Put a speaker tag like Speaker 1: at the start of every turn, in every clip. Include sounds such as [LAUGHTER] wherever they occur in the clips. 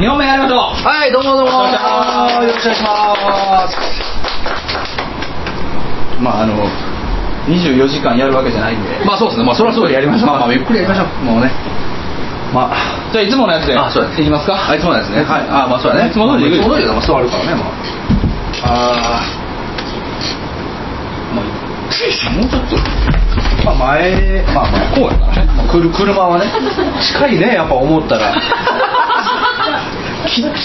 Speaker 1: 日本もやりましょう
Speaker 2: はい、どうもどうも。よろしくお願いします。まあ、あの、24時間やるわけじゃないんで。
Speaker 1: まあそうですねまあそれはそうです
Speaker 2: ゆっくりやりましょう。まあまあ、ゆっくりやりましょう。もうね。まあ、
Speaker 1: じゃあいつものやつで
Speaker 2: あそうです
Speaker 1: いきますか
Speaker 2: あいつもですね。はい。あ、まあ、そうだね。
Speaker 1: いつも通りで
Speaker 2: いつも通りでも座るからね、まあ。あーまあ、もうちょっと。まあ、前、まあまあ、こうやからね。まあ、くる車
Speaker 1: [LAUGHS]
Speaker 2: はね、近いね、やっぱ思ったら。きつっき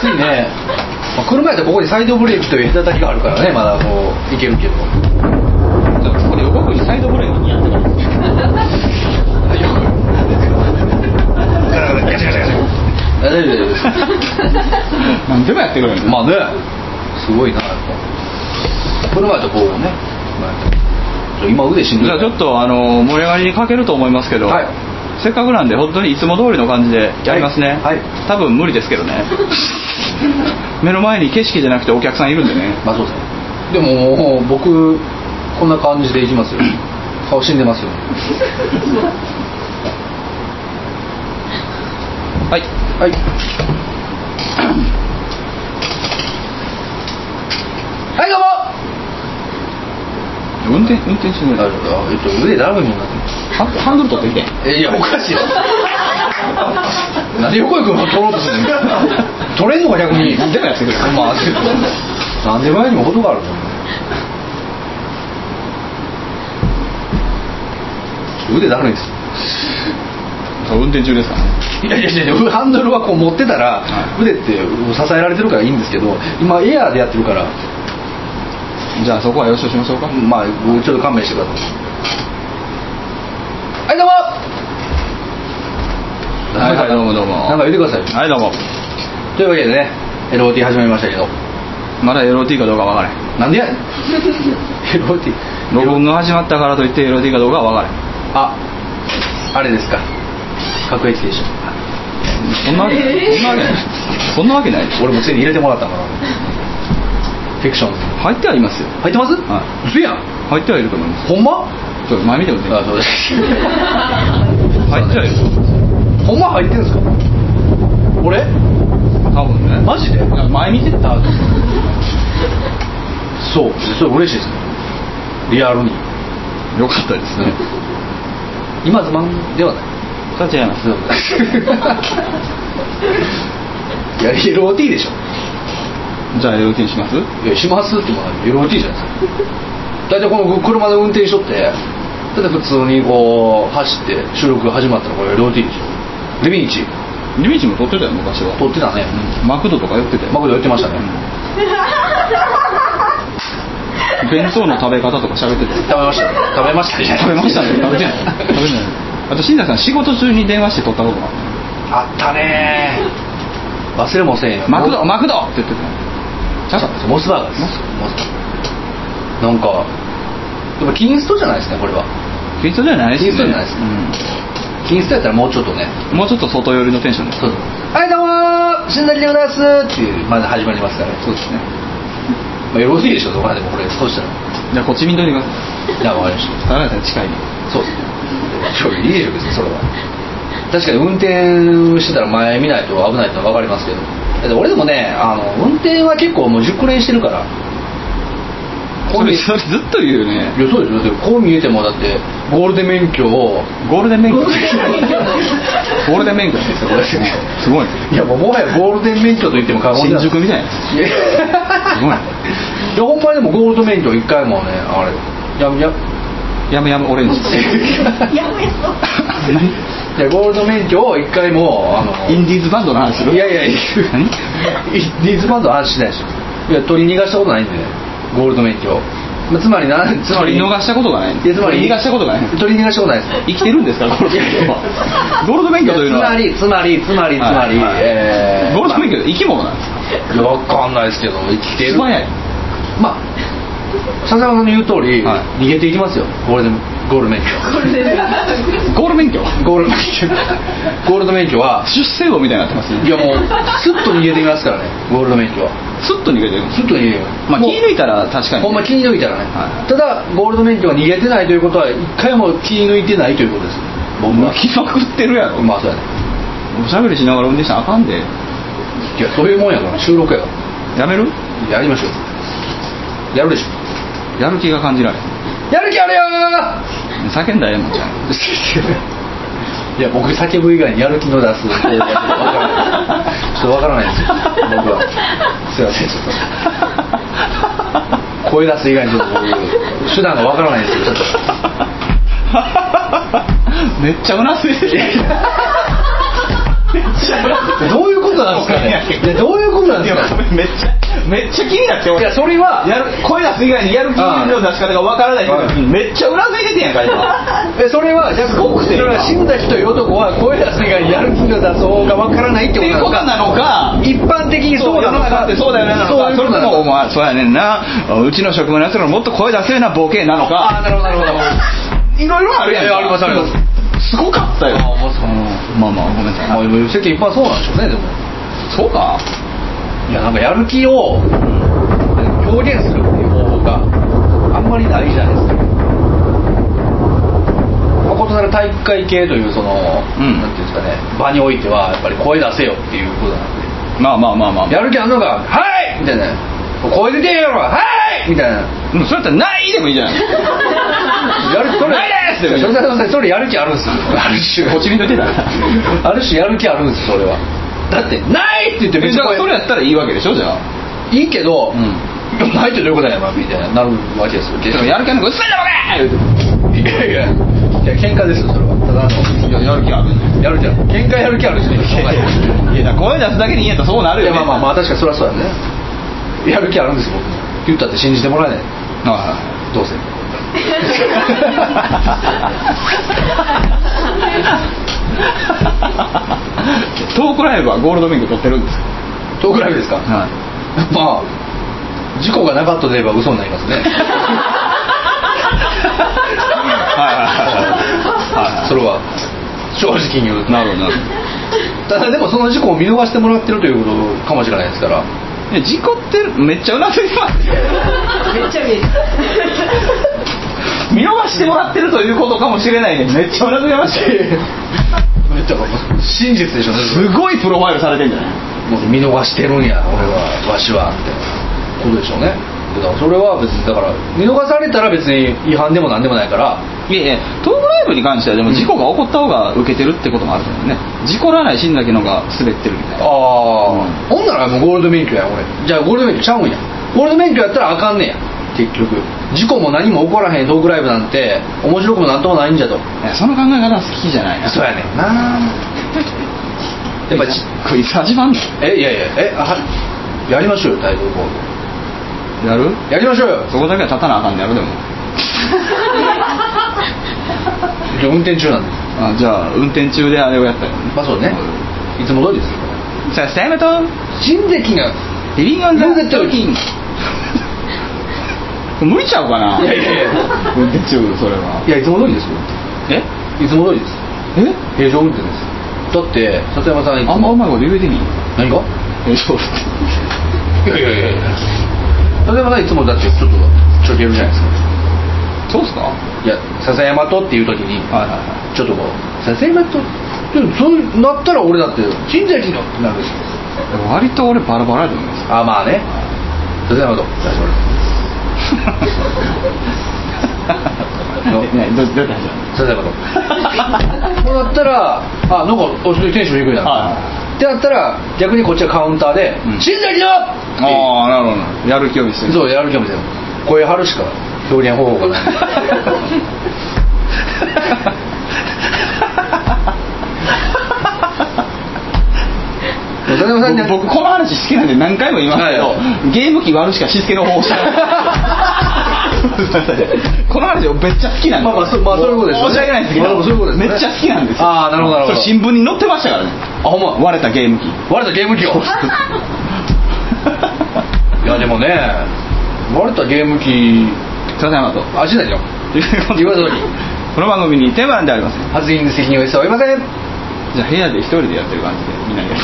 Speaker 2: ついね、まあ、車やったらここにサイドブレーキという隔たりがあるからねまだこういけるけど
Speaker 1: じゃあここで動くにサイドブレーキにやっ
Speaker 2: [LAUGHS]
Speaker 1: てから
Speaker 2: ガチャガチャガチャ大丈夫大丈
Speaker 1: 何でもやってくれる
Speaker 2: 夫まあねすごいなやっぱ車やったらこうね、まあちょ今腕しんどい
Speaker 1: じゃあちょっとあの盛り上がりに欠けると思いますけど、
Speaker 2: はい
Speaker 1: せっかくなんで本当にいつも通りの感じでやりますね、
Speaker 2: はいはい
Speaker 1: 多分無理ですけどね目の前に景色じゃなくてお客さんいるんでね
Speaker 2: まあそうですねでももう僕こんな感じでいき
Speaker 1: [LAUGHS]
Speaker 2: ますよ顔死んでますよ
Speaker 1: はい
Speaker 2: はいはいどうも
Speaker 1: 運転運転しない
Speaker 2: なるほど。えっと、腕だるいもんな
Speaker 1: ハンハンドル取ってきて
Speaker 2: え、いや、おか
Speaker 1: [LAUGHS]
Speaker 2: しいよ。なんで横井君が取ろうとするんだよ。取れんのか、逆に。
Speaker 1: でもやってくれ
Speaker 2: まあ、なんで前にも程があるもん腕だるいです。
Speaker 1: そう運転中ですからね
Speaker 2: いやいやいやいや、ハンドルはこう持ってたら、腕って支えられてるからいいんですけど、今エアーでやってるから、
Speaker 1: じゃあそこはよしとしましょうか
Speaker 2: まあ、ちょっと勘弁してください。はい、どうも。
Speaker 1: はいはいどうもどうも
Speaker 2: なんか言ってください。
Speaker 1: はいどうも
Speaker 2: というわけでね LOT 始めましたけど
Speaker 1: まだ LOT かどうかわからへん
Speaker 2: なんでやねん [LAUGHS] LOT
Speaker 1: ロゴンが始まったからといって LOT かどうかはわからへん
Speaker 2: ああれですか各駅停車
Speaker 1: そんなわけないそんなわけないそんなわけない
Speaker 2: 俺もついに入れてもらったからフィクションズ
Speaker 1: 入ってはいますよ
Speaker 2: 入ってます
Speaker 1: は
Speaker 2: 嘘やん
Speaker 1: 入ってはいると思います
Speaker 2: ほんま
Speaker 1: ちょっと前見てもらって
Speaker 2: そうです
Speaker 1: [LAUGHS] いい入ってはいると思います
Speaker 2: ほんま入ってんすか俺
Speaker 1: 多分ね
Speaker 2: マジで
Speaker 1: いや前見てたと
Speaker 2: そうそれ嬉しいですリアルに
Speaker 1: よかったですね
Speaker 2: 今ズマンではない
Speaker 1: さあ違います
Speaker 2: [LAUGHS] いや LOT でしょ
Speaker 1: じゃあ LOT にします
Speaker 2: いやしますってもらう LOT じゃないですか大体この車で運転しとってただ普通にこう走って収録が始まったらこれ LOT でしょリビンチ
Speaker 1: リビンチも撮ってたよ昔は
Speaker 2: 撮ってたね
Speaker 1: マクドとか寄ってたよ
Speaker 2: マクドやってましたね
Speaker 1: 弁当の食べ方とか喋ってたよ
Speaker 2: 食べましたね食べましたね
Speaker 1: 食べましたね食べてない食べてないあと新田さん仕事中に電話して撮ったことがある
Speaker 2: あったね忘れもせんよ
Speaker 1: マクドマクドって言ってた
Speaker 2: モ
Speaker 1: ち
Speaker 2: ス
Speaker 1: ゃ
Speaker 2: モスバー
Speaker 1: うか
Speaker 2: ガーです
Speaker 1: モ
Speaker 2: モ
Speaker 1: ス
Speaker 2: スバーガーなんかでもキンストじゃないですねこれは
Speaker 1: キリストじゃないです
Speaker 2: キ
Speaker 1: ね
Speaker 2: リストじゃないですねキンストやったらもうちょっとね
Speaker 1: うんもうちょっと外寄りのテンションで
Speaker 2: そ
Speaker 1: す
Speaker 2: うはいどうもしんだりでございますっていうまだ始まりますからね
Speaker 1: そうですね
Speaker 2: まあ、よろしいでしょう、どこまでもこれ、そうしたら。
Speaker 1: じゃあこっち見んといてくださ
Speaker 2: じゃあ、わかりまし
Speaker 1: い田中さん近いね
Speaker 2: た。そうですね。ちょいいでしょ、別にそれは。確かに運転してたら前見ないと危ないってのはわかりますけど。だって俺でもね、あの、運転は結構もう熟練してるから。こ
Speaker 1: そう
Speaker 2: 見
Speaker 1: れ
Speaker 2: え
Speaker 1: それずっと言うね
Speaker 2: いやそうですよだってこう見えてもだってゴールデン免許を
Speaker 1: ゴールデン
Speaker 2: [LAUGHS]
Speaker 1: 免許ゴールデン免許ですよこれすごい
Speaker 2: いやもうもはやゴールデン免許と言っても過言じゃ
Speaker 1: 新
Speaker 2: ない
Speaker 1: 宿みたいなやつ
Speaker 2: いや
Speaker 1: すご
Speaker 2: い
Speaker 1: い
Speaker 2: やほんまにでもゴールド免許一回もねあれやや
Speaker 1: やむやむ
Speaker 2: [LAUGHS]
Speaker 1: オレンジ
Speaker 2: い
Speaker 1: 何
Speaker 2: やゴールド免許を一回もあの
Speaker 1: インディーズバンドの話する
Speaker 2: いやいやいや
Speaker 1: 何
Speaker 2: ディーズバンドの話しないでしょいや取り逃がしたことないんでねゴールド免許をまあつまりなつま
Speaker 1: 取
Speaker 2: り
Speaker 1: り逃したことがない
Speaker 2: いやつまり
Speaker 1: 取り逃したことがない
Speaker 2: 取り逃がしたことないです
Speaker 1: 生きてるんですかゴールド免許はゴールド免許というのは
Speaker 2: やつまりつまりつまりつまり、
Speaker 1: はい
Speaker 2: えー
Speaker 1: ゴールド免許って生き物なんですか
Speaker 2: まあいやわかんないですけど生きて
Speaker 1: 素
Speaker 2: る
Speaker 1: 早い
Speaker 2: まあ笹山さんの言う通り、
Speaker 1: はい
Speaker 2: 逃げていきますよゴールデンゴールド免許
Speaker 1: ゴールド免許
Speaker 2: ゴールド免許ゴールド免許は
Speaker 1: 出世魚みたいになってますね
Speaker 2: いやもうスッと逃げていきますからねゴールド免許は
Speaker 1: スッと逃げてる
Speaker 2: スッと逃げる
Speaker 1: ま
Speaker 2: も
Speaker 1: あ
Speaker 2: う
Speaker 1: 気抜いたら確かに
Speaker 2: ほんま気抜いたらね、
Speaker 1: はい
Speaker 2: ただゴールド免許は逃げてないということは一回も気抜いてないということです僕は
Speaker 1: 気まくってるやろ
Speaker 2: まあそうやね
Speaker 1: おしゃべりしながら運転したらあかんで
Speaker 2: いやそういうもんやから収録やか
Speaker 1: やめる
Speaker 2: らやりましょうやるでしょ
Speaker 1: やる気が感じない
Speaker 2: やる気あるよ
Speaker 1: 叫んだらええもんじゃん
Speaker 2: ー [LAUGHS] いや僕叫ぶ以外にやる気の出す方法がちょっとわからないですちょっとわからないです僕はすいませんちょっと声出す以外にちょっと僕手段がわからないですちょっと
Speaker 1: [LAUGHS] めっちゃうなずいてる
Speaker 2: [LAUGHS] どういうことなんですかねいやどういうことなん
Speaker 1: い
Speaker 2: です
Speaker 1: や
Speaker 2: かね
Speaker 1: めっちゃめっちゃ気になって
Speaker 2: い
Speaker 1: 俺
Speaker 2: やそれは
Speaker 1: やる声出す以外にやる気の出し方がわからないって
Speaker 2: うん
Speaker 1: めっちゃうなずいててんやんか
Speaker 2: [LAUGHS]
Speaker 1: 今
Speaker 2: えそれはじゃあ
Speaker 1: くて
Speaker 2: それは死んだ人よ男は声出す以外にやる気の出す方がわからないっ
Speaker 1: って
Speaker 2: てこ
Speaker 1: い
Speaker 2: と
Speaker 1: う
Speaker 2: なの
Speaker 1: こと
Speaker 2: か
Speaker 1: なのか
Speaker 2: 一般的にそう
Speaker 1: 世
Speaker 2: な
Speaker 1: の
Speaker 2: の
Speaker 1: 中
Speaker 2: か
Speaker 1: ってそうだよねなの
Speaker 2: そう
Speaker 1: か
Speaker 2: いう
Speaker 1: そ
Speaker 2: こ
Speaker 1: れ
Speaker 2: とな
Speaker 1: と
Speaker 2: のか
Speaker 1: もお前そうやねんなうちの職務のやつらもっと声出せるなボケなの
Speaker 2: ああ
Speaker 1: か
Speaker 2: なるほどなるほど
Speaker 1: [LAUGHS] いろいろあるやん
Speaker 2: いやありますあります
Speaker 1: ごかったよ
Speaker 2: あまさか
Speaker 1: まあまあごめんなさい
Speaker 2: まあ世間一般そうなんでしょうねでも
Speaker 1: そうか
Speaker 2: いやなんかやる気を表現するっていう方法があんまりないじゃないですかまあことさら体育会系というその、
Speaker 1: うん
Speaker 2: なんていうんですかね場においてはやっぱり声出せよっていうことなんで
Speaker 1: まあまあまあまあ
Speaker 2: やる気あんのかはいみたいな声出てんやろはいみたいな
Speaker 1: うんそれやったらないでもいいじゃん
Speaker 2: [LAUGHS] やる気それ
Speaker 1: ないです
Speaker 2: それそ
Speaker 1: よ
Speaker 2: れそれそれやる気あるんですよある種
Speaker 1: こっち見といてな
Speaker 2: ある種やる気あるんです
Speaker 1: [LAUGHS]
Speaker 2: それはだってないって言って
Speaker 1: え
Speaker 2: 別
Speaker 1: じ
Speaker 2: に
Speaker 1: ゃあ
Speaker 2: 声
Speaker 1: それやったらいいわけでしょじゃあ
Speaker 2: いいけど、
Speaker 1: うん
Speaker 2: ないってどういうことやなみたいななるわけですよ
Speaker 1: でもやる気あんのかうっせえなボ
Speaker 2: いやいやいや喧嘩ですよそれはただ
Speaker 1: ケいややる気ある
Speaker 2: のやるじゃん喧嘩やる気あるしね
Speaker 1: いやだから声出すだけでいいんやったらそうなる
Speaker 2: い
Speaker 1: よ
Speaker 2: や
Speaker 1: ね
Speaker 2: まあまあまあ確かにそれはそうだねやる気あるんです僕も言ったって信じてもらえない
Speaker 1: あ
Speaker 2: どうせ
Speaker 1: トークライブはゴールドウィング撮ってるんですか
Speaker 2: トークライブですか、
Speaker 1: はい
Speaker 2: まあ事故がなかったと言えば嘘になりますね
Speaker 1: はい
Speaker 2: それは正直に言うと
Speaker 1: なるほどなるほ
Speaker 2: ただでもその事故を見逃してもらってるということかもしれないですから
Speaker 1: どいや事故ってるめっちゃうなずいてますよ
Speaker 3: めっちゃ見える
Speaker 1: 見逃してもらってるということかもしれないねめっちゃうなずいてました
Speaker 2: めっちゃ真実でしょ
Speaker 1: すごいプロファイルされてんじゃない
Speaker 2: もう見逃してるんや俺はわしはみたいなことでしょうねだからそれは別にだから見逃されたら別に違反でも何でもないから
Speaker 1: いやいやトークライブに関してはでも事故が起こった方が受けてるってこともあるけどね事故らないシーンだけの方が滑ってるみたいな
Speaker 2: ああ、ほんならもうゴールド免許や俺じゃあゴールド免許ちゃうんやゴールド免許やったらあかんねや結局事故も何も起こらへんトークライブなんて面白くもなんともないんじゃと
Speaker 1: いやその考え方は好きじゃないな
Speaker 2: そうやねんな
Speaker 1: [LAUGHS]
Speaker 2: やっぱち
Speaker 1: クイズ始まんの
Speaker 2: えいやいやえあはやりましょうよタイトルコー
Speaker 1: やる
Speaker 2: ルやりましょうよ
Speaker 1: そこだけは立たなあかんのやるでも
Speaker 2: 今日運転中なんです
Speaker 1: あじゃあ運転中であれをやったよね
Speaker 2: まあそうねいつも通りですよ
Speaker 1: さあスタイムと
Speaker 2: 新関が
Speaker 1: リビングオンザトキング無理ちゃうかない
Speaker 2: やいやいや
Speaker 1: 運転中それはい
Speaker 2: やいつも通りですよ
Speaker 1: え
Speaker 2: いつも通りです
Speaker 1: え
Speaker 2: 平常運転ですだって里山さんいつも
Speaker 1: あんまうまいこと言うてみ
Speaker 2: 何が
Speaker 1: えそう
Speaker 2: いやいやいやいや里山さんいつもだってちょっとちょけるじゃないですか
Speaker 1: そうっすかはい
Speaker 2: や笹山とっていう時に
Speaker 1: いはいはい
Speaker 2: ちょっとこう笹山とでもそうなったら俺だって新関がってなるでしょ
Speaker 1: 割と俺バラバラやと思います
Speaker 2: あまあね笹山と大丈 [LAUGHS] 夫笹山と
Speaker 1: ねどどうやって始まる
Speaker 2: こうなったらあなんかおテンション低いな、
Speaker 1: は
Speaker 2: ってなったら逆にこっちはカウンターで
Speaker 1: うん
Speaker 2: 「新崎だ!」って
Speaker 1: いああなるほどなやる気を見せて
Speaker 2: そうやる気も全部こういう春しか表現方法がない中島さんには
Speaker 1: 僕僕この話好きなんで何回も言
Speaker 2: [LAUGHS]
Speaker 1: いますけど、
Speaker 2: はい
Speaker 1: ゲーム機割るしかしつけの方法しないこの話をめっちゃ好きなんで
Speaker 2: まあまあそうまあそういうことですよね
Speaker 1: 申し訳ないですけ
Speaker 2: ま
Speaker 1: ど、
Speaker 2: あでもそういうことですね
Speaker 1: めっちゃ好きなんですよ
Speaker 2: あーなるほどなるほど
Speaker 1: それ新聞に載ってましたからね
Speaker 2: あほんま
Speaker 1: 割れたゲーム機
Speaker 2: 割れたゲーム機 [LAUGHS] をいやでもね割れたゲーム機
Speaker 1: 笹山と
Speaker 2: あしない [LAUGHS] よ
Speaker 1: 言
Speaker 2: わずに
Speaker 1: この番組にテーマなんでありません
Speaker 2: 発言に責任を負ってはおりません
Speaker 1: じゃあ部屋で一人でやってる感じでみんなでやる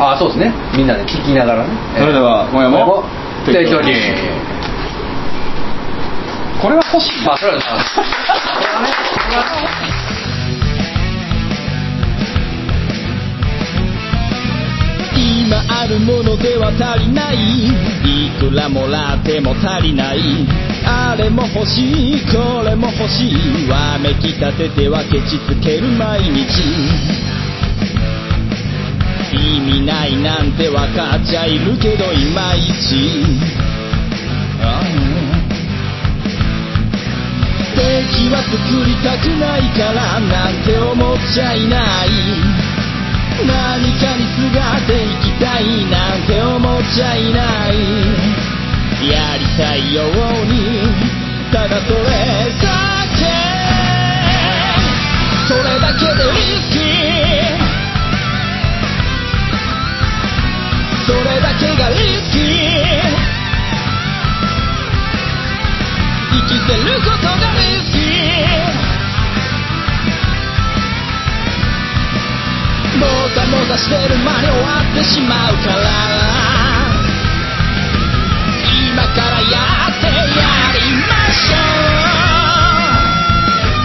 Speaker 2: あそうですねみんなで聞きながらね
Speaker 1: それでは今夜も
Speaker 2: えー定期預金
Speaker 1: これは欲しい
Speaker 2: まあそれはまあ
Speaker 4: 今あ
Speaker 3: あるものでは足りないいくらもらっても足りないあれも欲しいこれも欲しいわめきたててはケチつける毎日意味ないなんてわかっちゃいるけどいまいちああ敵は作りたくないからなんて思っちゃいない何かにすがっていきたいなんて思っちゃいないやりたいようにただそれだけそれだけでリスキーそれだけがリスキー生きてることがリスキーもたもたしてる間に終わってしまうから今からやってやりましょう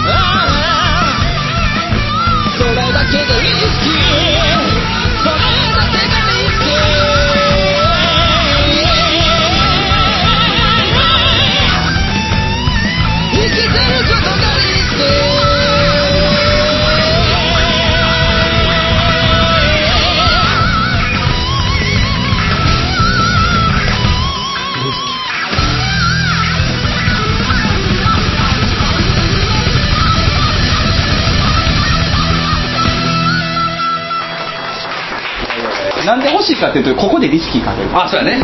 Speaker 3: ああそれだけがリスキーそれだけがリスキー生きてることがリスキー
Speaker 1: なんで欲しいかっていうとここでリスキーかける
Speaker 2: あそうやね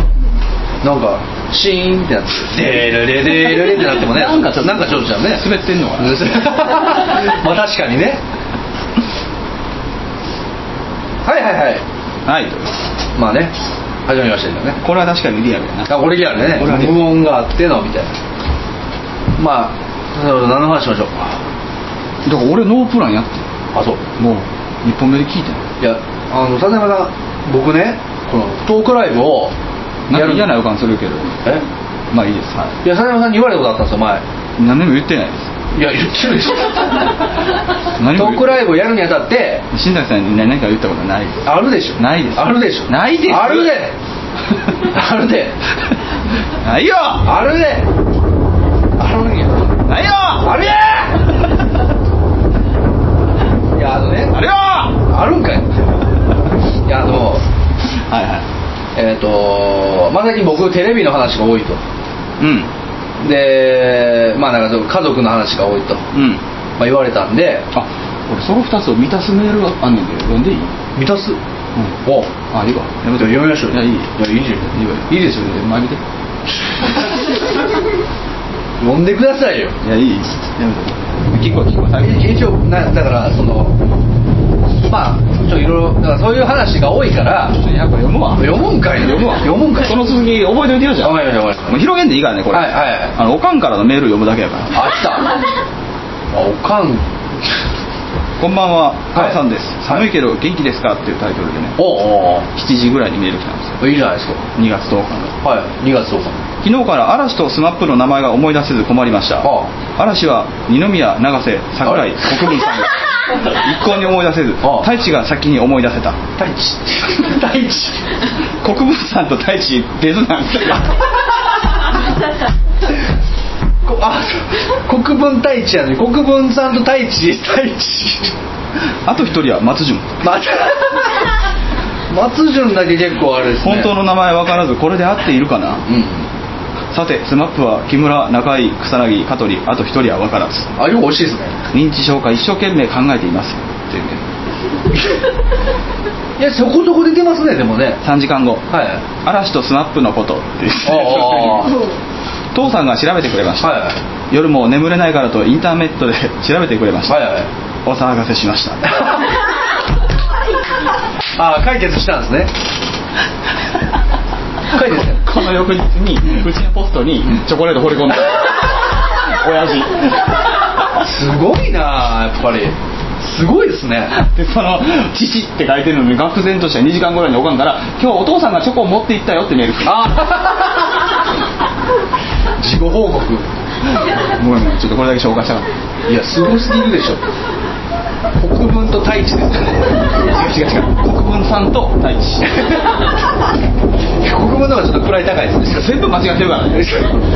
Speaker 2: なんかシーンってなってデレレレレレってなってもね
Speaker 1: なんかちょっと
Speaker 2: なんかちょっとじゃんね
Speaker 1: 滑ってんのか [LAUGHS] な
Speaker 2: まあ確かにねはいはいはい
Speaker 1: はい
Speaker 2: まあね始まりましたけどね
Speaker 1: これは確かにリアルやな
Speaker 2: あこれリアルね
Speaker 1: これはリアル
Speaker 2: 無音があってのみたいなまあなるほど何の話しましょう
Speaker 1: だから俺ノープランやって
Speaker 2: あそう
Speaker 1: もう1本目で聞いてない
Speaker 2: やあの笹山さん僕ねこのトークライブを
Speaker 1: なん
Speaker 2: や
Speaker 1: か
Speaker 2: る
Speaker 1: 嫌な予感するけど
Speaker 2: え
Speaker 1: まあいいですはい
Speaker 2: や笹山さんに言われたことあったんですよ前
Speaker 1: い何も言ってないです
Speaker 2: いや言ってるでし [LAUGHS] ょ
Speaker 1: 何
Speaker 2: ト
Speaker 1: も
Speaker 2: ークライブをやるにあたって
Speaker 1: ブ新崎さんに何か言ったことないです
Speaker 2: あるでしょ
Speaker 1: ないです
Speaker 2: あるでしょ
Speaker 1: ないです
Speaker 2: あ
Speaker 1: [LAUGHS]
Speaker 2: るであるで
Speaker 1: ないよ
Speaker 2: あるであるんや
Speaker 1: ないよ
Speaker 2: あるや [LAUGHS] いやあのね
Speaker 1: あれよは
Speaker 2: あるんかいいやあの
Speaker 1: いは
Speaker 2: えっ、とまさに僕テレビの話が多いと
Speaker 1: いうん
Speaker 2: でまあなんかその家族の話が多いと、ま
Speaker 1: うん
Speaker 2: あ、言われたんで
Speaker 1: あ俺その2つを満たすメールがあんねんで読んでいい
Speaker 2: 満たす
Speaker 1: うん
Speaker 2: お
Speaker 1: あいいわやめと
Speaker 2: 読みましょう
Speaker 1: いやいい
Speaker 2: いやいいじゃん
Speaker 1: いいわ
Speaker 2: いいですよね
Speaker 1: 前見て
Speaker 2: 読んでくださいよ
Speaker 1: いやいいやめと結構結構最後
Speaker 2: 一応なだからそのまあちょっといろいろだからそういう話が多いから
Speaker 1: やっぱ読むわ
Speaker 2: 読むんかい
Speaker 1: 読むわ
Speaker 2: 読むんかい
Speaker 1: その続き覚えておいてよじゃ
Speaker 2: お
Speaker 1: ん
Speaker 2: 前お前お前
Speaker 1: もう広げんでいいからねこれ
Speaker 2: はいはいはい
Speaker 1: あのおかんからのメール読むだけやから
Speaker 2: あ来たあおかん
Speaker 1: こんばんは
Speaker 2: はい
Speaker 1: 母さんです寒いけど元気ですかっていうタイトルでね
Speaker 2: おおう
Speaker 1: 7時ぐらいにメール来たんですよ
Speaker 2: おういいじゃないですか
Speaker 1: 2月10日の
Speaker 2: はい2月10日
Speaker 1: 昨日から嵐と SMAP の名前が思い出せず困りました
Speaker 2: あ
Speaker 1: 嵐は二宮永瀬
Speaker 2: あ
Speaker 1: 桜井
Speaker 2: れ
Speaker 1: 国分
Speaker 2: [LAUGHS]
Speaker 1: さんが一向に思い出せず
Speaker 2: あ
Speaker 1: 太一が先に思い出せた
Speaker 2: 太一太一
Speaker 1: 国分さんと太一別なんです
Speaker 2: [LAUGHS]
Speaker 1: よ
Speaker 2: こあそう国分太一やね国分さんと太一太一
Speaker 1: あと一人は松潤
Speaker 2: また松潤だけ結構あれですね
Speaker 1: 本当の名前わからずこれで合っているかな
Speaker 2: うん
Speaker 1: さて SMAP は木村中井草薙香取あと一人は分からず
Speaker 2: あよく美味しいですね
Speaker 1: 認知症化一生懸命考えていますっていうね
Speaker 2: いやそこそこ出てますねでもね
Speaker 1: 3時間後
Speaker 2: はい
Speaker 1: 嵐と SMAP のことっていう
Speaker 2: あああ
Speaker 1: 父さんが調べてくれました、
Speaker 2: はいはい
Speaker 1: 夜も眠れないからとインターネットで調べてくれました、
Speaker 2: はいはい
Speaker 1: お騒がせしました
Speaker 2: ああ解決したんですね解決した
Speaker 1: [LAUGHS] この翌日にうちのポストにチョコレート放
Speaker 2: [LAUGHS]
Speaker 1: り込んだ親父
Speaker 2: すごいなあやっぱりすごいですね
Speaker 1: でその「父」って書いてるのに愕然とした2時間後らいにおかんから「今日お父さんがチョコを持って行ったよ」ってメール [LAUGHS]
Speaker 2: 事後報告
Speaker 1: ごめんごめんちょっとこれだけ紹介したかった
Speaker 2: いやすごすぎるでしょ
Speaker 1: 国分と太一ですよね違う違う違う国分さんと太一
Speaker 2: 国分の方がちょっと位高いですね
Speaker 1: 全部間違ってるからね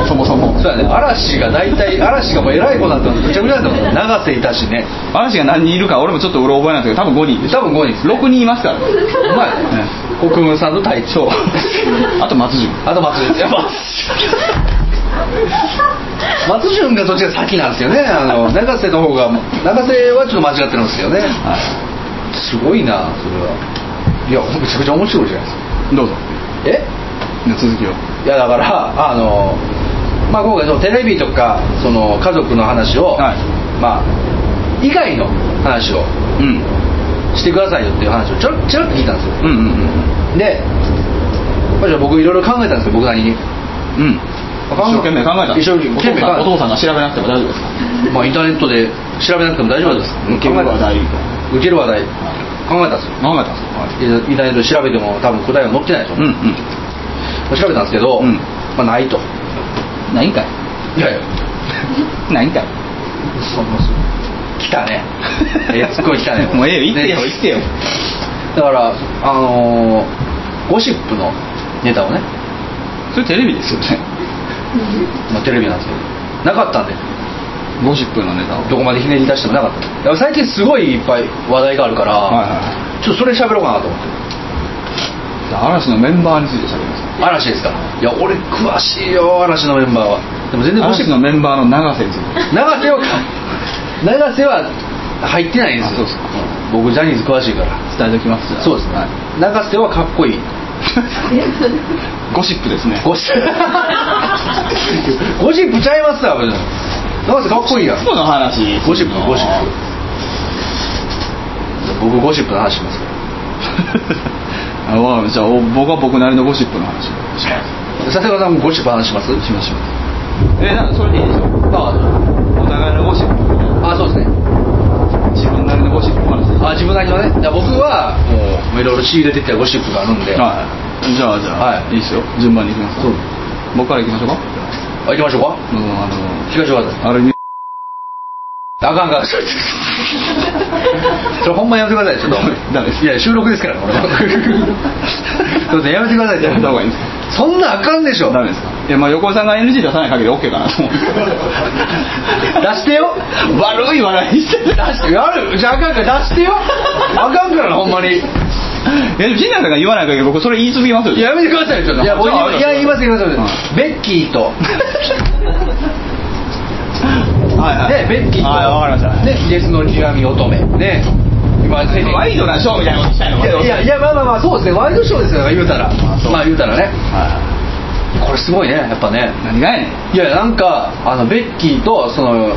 Speaker 1: そもそも
Speaker 2: そうやね嵐が大体嵐がもう偉い子なんてぐちゃぐちゃなんだもん永瀬いたしね
Speaker 1: 嵐が何人いるか俺もちょっとうろ覚えなんですけど多分5人です
Speaker 2: 多分5人です
Speaker 1: 6人います [LAUGHS] からね
Speaker 2: うまい国分さんと隊長
Speaker 1: [LAUGHS] あと松潤
Speaker 2: あと松潤いや松潤松潤がどっちが先なんですよねあの永瀬の方が永瀬はちょっと間違ってるんですよね、すごいなそれはいやめちゃくちゃ面白いじゃないですか
Speaker 1: どうぞ
Speaker 2: え
Speaker 1: 続きを
Speaker 2: いやだからあの、まあ、今回そのテレビとかその家族の話を、
Speaker 1: はい
Speaker 2: まあ、以外の話を
Speaker 1: うん
Speaker 2: してくださいよっていう話をちょろちょろっと聞いたんですよ
Speaker 1: うんうん
Speaker 2: で、まあ、じゃあ僕いろいろ考えたんですよ僕なりに
Speaker 1: うんうん一生懸命考えた
Speaker 2: 一生懸命考えた
Speaker 1: お父さんお父さんが調べなくても大丈夫ですか
Speaker 2: まあ、インターネットで調べなくても大丈夫です
Speaker 1: 受ける話題
Speaker 2: 受ける話題考えたんですよ
Speaker 1: 考えたんですかはい
Speaker 2: インターネットで調べても多分答えが載ってないと
Speaker 1: うん
Speaker 2: 思
Speaker 1: う
Speaker 2: う、
Speaker 1: ん
Speaker 2: 調べたんですけど、
Speaker 1: うん
Speaker 2: まあ、ないと
Speaker 1: ないんか
Speaker 2: いやいや
Speaker 1: いないんかい
Speaker 2: 来た
Speaker 1: [LAUGHS]
Speaker 2: ねえすっごい来たね
Speaker 1: もうええよ行ってよ
Speaker 2: ね
Speaker 1: 行ってよ
Speaker 2: だからあのーゴシップのネタをね、
Speaker 1: それテレビですよね
Speaker 2: まあ、テレビなんですけどなかったんで
Speaker 1: ゴシップのネタを
Speaker 2: どこまでひねり出してもなかっただから最近すごいいっぱい話題があるから、
Speaker 1: はいは
Speaker 2: ちょっとそれ喋ろうかなと思って
Speaker 1: い嵐のメンバーについて喋ります
Speaker 2: 嵐ですかいや俺詳しいよ嵐のメンバーはでも全然ゴシッ
Speaker 1: 嵐
Speaker 2: プ
Speaker 1: のメンバーの永瀬について
Speaker 2: 永瀬は永瀬は入ってないんですよ
Speaker 1: あそうですか
Speaker 2: うん僕ジャニーズ詳しいから
Speaker 1: 伝えておきますじゃあ
Speaker 2: そうですね、
Speaker 1: はい
Speaker 2: 永瀬はかっこいい
Speaker 1: ゴシップですね
Speaker 2: ゴシップゴシップちゃいますわ別に永瀬かっこいいやん
Speaker 1: ゴシップの話
Speaker 2: ゴシップゴシップ僕ゴシップの話し [LAUGHS] ます
Speaker 1: あわかりましたじゃあお僕は僕なりのゴシップの話
Speaker 2: 佐世保さんもゴシップの話しますしましょう
Speaker 1: えなんかそれでいいでしょお互いのゴシップ
Speaker 2: あそうですね
Speaker 1: 自分なりのゴシップ話
Speaker 2: あ自分なりのねいや僕はもういろいろ仕入れてきたゴシップがあるんであ
Speaker 1: はいじゃあじゃあ、
Speaker 2: はい
Speaker 1: い、いですよ順番に行きますか
Speaker 2: そう
Speaker 1: 僕から行きましょうか
Speaker 2: 行きましょうか
Speaker 1: うんあの
Speaker 2: 聞かせてください
Speaker 1: あれに
Speaker 2: あかんあ
Speaker 1: [LAUGHS]
Speaker 2: かんそれほんまやめてくださいちょっと
Speaker 1: ダメです
Speaker 2: いや収録ですからこれそうですねやめてください
Speaker 1: やめた方がいいんですか
Speaker 2: そんなんあかんでしょ
Speaker 1: ダメですかいやまあ横尾さんが NG 出さない限り OK かなと思って [LAUGHS]
Speaker 2: 出してよ
Speaker 1: 悪い笑いしてる
Speaker 2: 出してやるじゃああかんから出してよあかんからなほんまに
Speaker 1: いやでも陣内さんが言わない限り僕それ言い過ぎますよ
Speaker 2: いややめてくださいよちょっと
Speaker 1: いや
Speaker 2: もう
Speaker 1: ちょっと
Speaker 2: いや言います言います言いま
Speaker 1: う
Speaker 2: すベッキーと
Speaker 1: はいは
Speaker 2: ね
Speaker 1: い
Speaker 2: ベッキーと
Speaker 1: はいわかりました
Speaker 2: ねイエスの極み乙女ね今出てきた
Speaker 1: ワイドなショーみたいなことしたいの
Speaker 2: いやいやいやまあまあまあそうですねワイドショーですよ言うたら
Speaker 1: あそう
Speaker 2: まあ言うたらね
Speaker 1: は
Speaker 2: これすごいねやっぱね
Speaker 1: い何がやねん
Speaker 2: いやなんかあのベッキーとその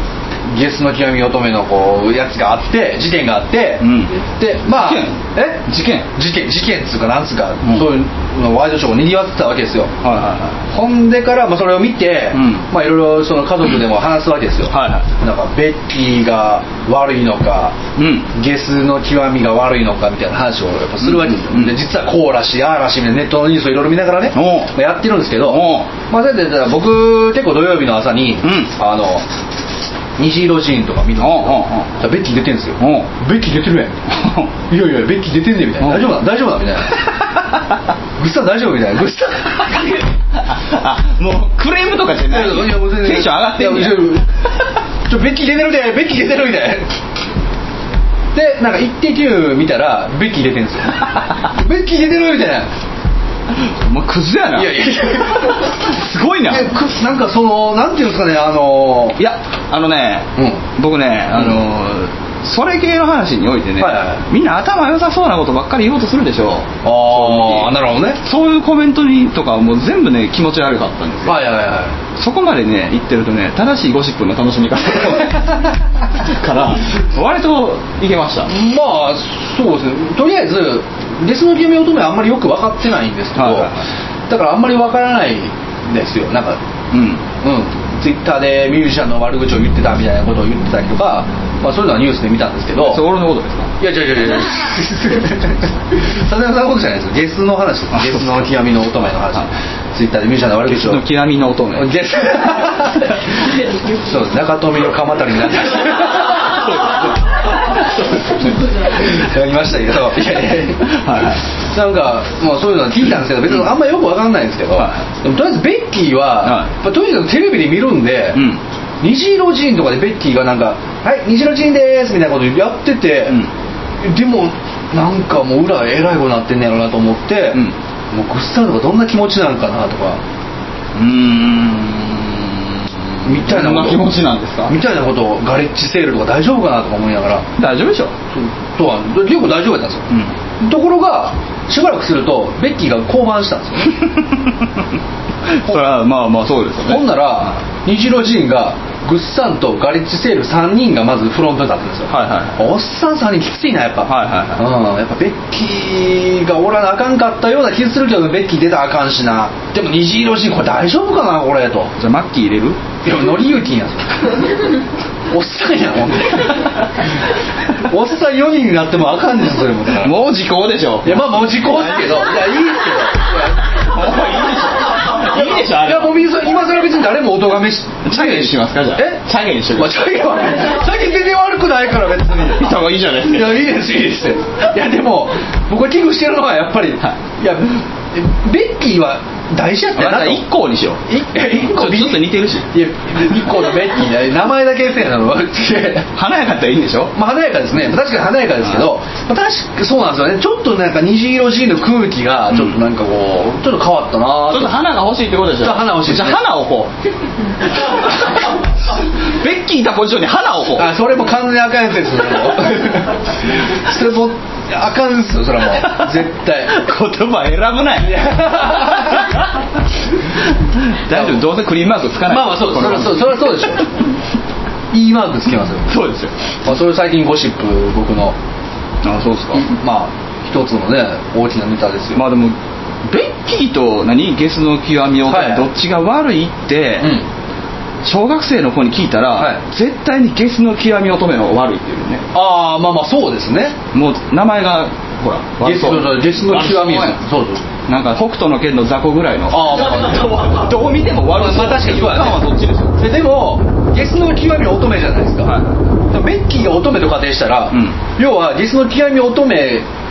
Speaker 2: ゲスの極み乙女のこうやつがあって事件があって、
Speaker 1: うん
Speaker 2: でまあ
Speaker 1: 事件
Speaker 2: え
Speaker 1: 事件
Speaker 2: 事件事件っつうかなんつうか、
Speaker 1: ん
Speaker 2: そういうのワイドショーをにぎわってたわけですよ
Speaker 1: はいは
Speaker 2: ほんでから、まあ、それを見て、
Speaker 1: うん
Speaker 2: まあいろいろその家族でも話すわけですよ、
Speaker 1: はいは
Speaker 2: なんかベッキーが悪いのか
Speaker 1: いうん
Speaker 2: ゲスの極みが悪いのかみたいな話をやっぱするわけですよ、
Speaker 1: うんうん
Speaker 2: で実はこうらしいああらしいみたいなネットのニュースをいろいろ見ながらね
Speaker 1: おう
Speaker 2: まあやってるんですけど
Speaker 1: おう
Speaker 2: まあ、だってだから僕結構土曜日の朝に、
Speaker 1: ん
Speaker 2: あの虹色シーンとか見るんですよだ
Speaker 1: おうおうおう
Speaker 2: からベッキー出てるんですよ
Speaker 1: おう
Speaker 2: ベッキー出てるやん
Speaker 1: [LAUGHS]
Speaker 2: いやいやベッキー出てんねんみたいな
Speaker 1: おう
Speaker 2: 大丈夫だ大丈夫だみたい
Speaker 1: [LAUGHS]
Speaker 2: なグッサン大丈夫みたいなグッサン
Speaker 1: あもうクレームとかじゃない
Speaker 2: いやいやもう全然
Speaker 1: テンション上がってる
Speaker 2: いやいやちょベッキー出てるでベッキー出てるみたいなでなんか「イッテ Q!」見たらベッキー出てるんです
Speaker 1: [LAUGHS]
Speaker 2: よベッキー出てるみたいな
Speaker 1: お前クズやない
Speaker 2: やいやい
Speaker 1: すごいな
Speaker 2: やで
Speaker 1: い
Speaker 2: くなんかそのなんていうんですかねあの
Speaker 1: やあのね
Speaker 2: うん
Speaker 1: 僕ねあのーそれ系の話においてね
Speaker 2: はいはい
Speaker 1: みんな頭良さそうなことばっかり言おうとするでしょ
Speaker 2: ああな
Speaker 1: な
Speaker 2: るほどね
Speaker 1: そういうコメントにとかはもう全部ね気持ち悪かったんですよ
Speaker 2: はいはいは
Speaker 1: そこまでね言ってるとね正しいゴシップの楽しみ方
Speaker 2: [LAUGHS]
Speaker 1: から割といけました
Speaker 2: いまあそうですねとりあえず「デスの君乙女」あんまりよく分かってないんですけど、
Speaker 1: はいはいは
Speaker 2: だからあんまり分からないんですよなんか
Speaker 1: うん
Speaker 2: うん、ツイッターでミュージシャンの悪口を言ってたみたいなことを言ってたりとか、まあ、そういうのはニュースで見たんですけど
Speaker 1: それ俺のことですか
Speaker 2: いや違う違う違う違
Speaker 1: [LAUGHS]
Speaker 2: う佐々木さんのことじゃないですよゲスの話ですゲスの極みの乙女の話ツイッターでミュージシャンの悪
Speaker 1: ゲ
Speaker 2: 口
Speaker 1: ス
Speaker 2: を
Speaker 1: の
Speaker 2: [LAUGHS]
Speaker 1: 極みの乙女
Speaker 2: ゲスそうです中富の鎌足りになってましたやりましたけ
Speaker 1: [LAUGHS]
Speaker 2: どいやいやいや
Speaker 1: はいはい
Speaker 2: なんか、まあ、そういうのは聞いたんですけど別にあんまよくわかんないんですけど、
Speaker 1: は
Speaker 2: でもとりあえずベッキーは、
Speaker 1: はい
Speaker 2: まあとにかくテレビで見るんで、
Speaker 1: うん
Speaker 2: 虹色ジーンとかでベッキーがなんか「はい虹色ジーンです」みたいなことやってて、でもなんかもう裏えらいことなってんねやろなと思って、
Speaker 1: うん
Speaker 2: もうグッサンとかどんな気持ちなのかなとか
Speaker 1: うーん
Speaker 2: みたいな
Speaker 1: ど
Speaker 2: こと
Speaker 1: んな気持ちなんですか
Speaker 2: みたいなことをガレッジセールとか大丈夫かなとか思いながら
Speaker 1: 大丈夫でしょ
Speaker 2: とは結構大丈夫やったんですよ、
Speaker 1: うん
Speaker 2: ところがしばらくするとベッキーが降板したんですよ
Speaker 1: それはまあまあそう [LAUGHS] ですよね
Speaker 2: ほんなら虹色ジーンがグッサンとガレッジセール3人がまずフロントに立ってるんですよ、
Speaker 1: はいはい
Speaker 2: おっさん3人きついなやっぱ、
Speaker 1: はいはいは
Speaker 2: う
Speaker 1: い
Speaker 2: ん、やっぱベッキーがおらなあかんかったような気するけどベッキー出たらあかんしなでも虹色ジーンこれ大丈夫かなこれと
Speaker 1: じゃあマッキー入れる
Speaker 2: いやノリユキンやぞ [LAUGHS] おっさんやもんねおっさん4人になってもあかんですそれもだから
Speaker 1: もう時効でしょ
Speaker 2: いやまあもう時効ですけどいやいいですけど
Speaker 1: もういいでしょいいでしょあれ
Speaker 2: いやもう別に今更別に誰もお咎めし
Speaker 1: チャゲにしますかじゃあ
Speaker 2: え
Speaker 1: チャゲにし
Speaker 2: まあ
Speaker 1: ます
Speaker 2: チャゲはチャゲ全然悪くないから別に
Speaker 1: 見た方がいいじゃない
Speaker 2: い
Speaker 1: です
Speaker 2: や
Speaker 1: か
Speaker 2: いいですいいですいやでも僕が危惧してるのはやっぱり、、
Speaker 1: はい
Speaker 2: やベッキーは大事やった
Speaker 1: だから
Speaker 2: なと
Speaker 1: 一校にしよう
Speaker 2: いい一個
Speaker 1: ちょっと似てるし
Speaker 2: いや一個のベッキーね名前だけせやなのま
Speaker 1: [LAUGHS] 華やかったらいいんでしょ
Speaker 2: あ華やかですね確かに華やかですけど、まあ、確かそうなんですよねちょっとなんか虹色シーンの空気がちょっとなんかこう、ちょっと変わったな
Speaker 1: ちょっと花が欲しいってことでしょ
Speaker 2: ちょっと花欲しい
Speaker 1: じゃあ花をこ
Speaker 2: [LAUGHS]
Speaker 1: うベッキーいたポジションに花をこう
Speaker 2: あそれも完全にあかんやつですよそれ
Speaker 1: [LAUGHS]
Speaker 2: もあかんですよそれはもう絶対 [LAUGHS]
Speaker 1: 言葉選ぶなよ大丈夫どうせクリーンマークつかない
Speaker 2: まあまあそうです
Speaker 1: こ
Speaker 2: そ
Speaker 1: の
Speaker 2: れはそうそれはそうでしょいいマークつけますよ、
Speaker 1: そうですよ
Speaker 2: まあ、それ最近ゴシップ僕の
Speaker 1: あそうですか
Speaker 2: まあ一つのね大きなネタですよ、
Speaker 1: まあでもベッキーと何ゲスの極みを
Speaker 2: はい
Speaker 1: どっちが悪いって、
Speaker 2: うん
Speaker 1: 小学生の子に聞いたら、
Speaker 2: はい
Speaker 1: 絶対にゲスの極み乙女の方が悪いっていうね
Speaker 2: ああまあまあそうですね
Speaker 1: もう名前がほら
Speaker 2: ゲスのゲスの極みです
Speaker 1: 悪
Speaker 2: そうそう
Speaker 1: そうなんか北斗の剣の雑魚ぐらいの
Speaker 2: ああまあ
Speaker 1: どう見ても悪そう
Speaker 2: まあ確かにそうやね
Speaker 1: 違和感はどっちですよ
Speaker 2: ででもゲスの極みは乙女じゃないですか、
Speaker 1: は
Speaker 2: でもベッキーが乙女と仮定したら、
Speaker 1: うん
Speaker 2: 要はゲスの極み乙女っ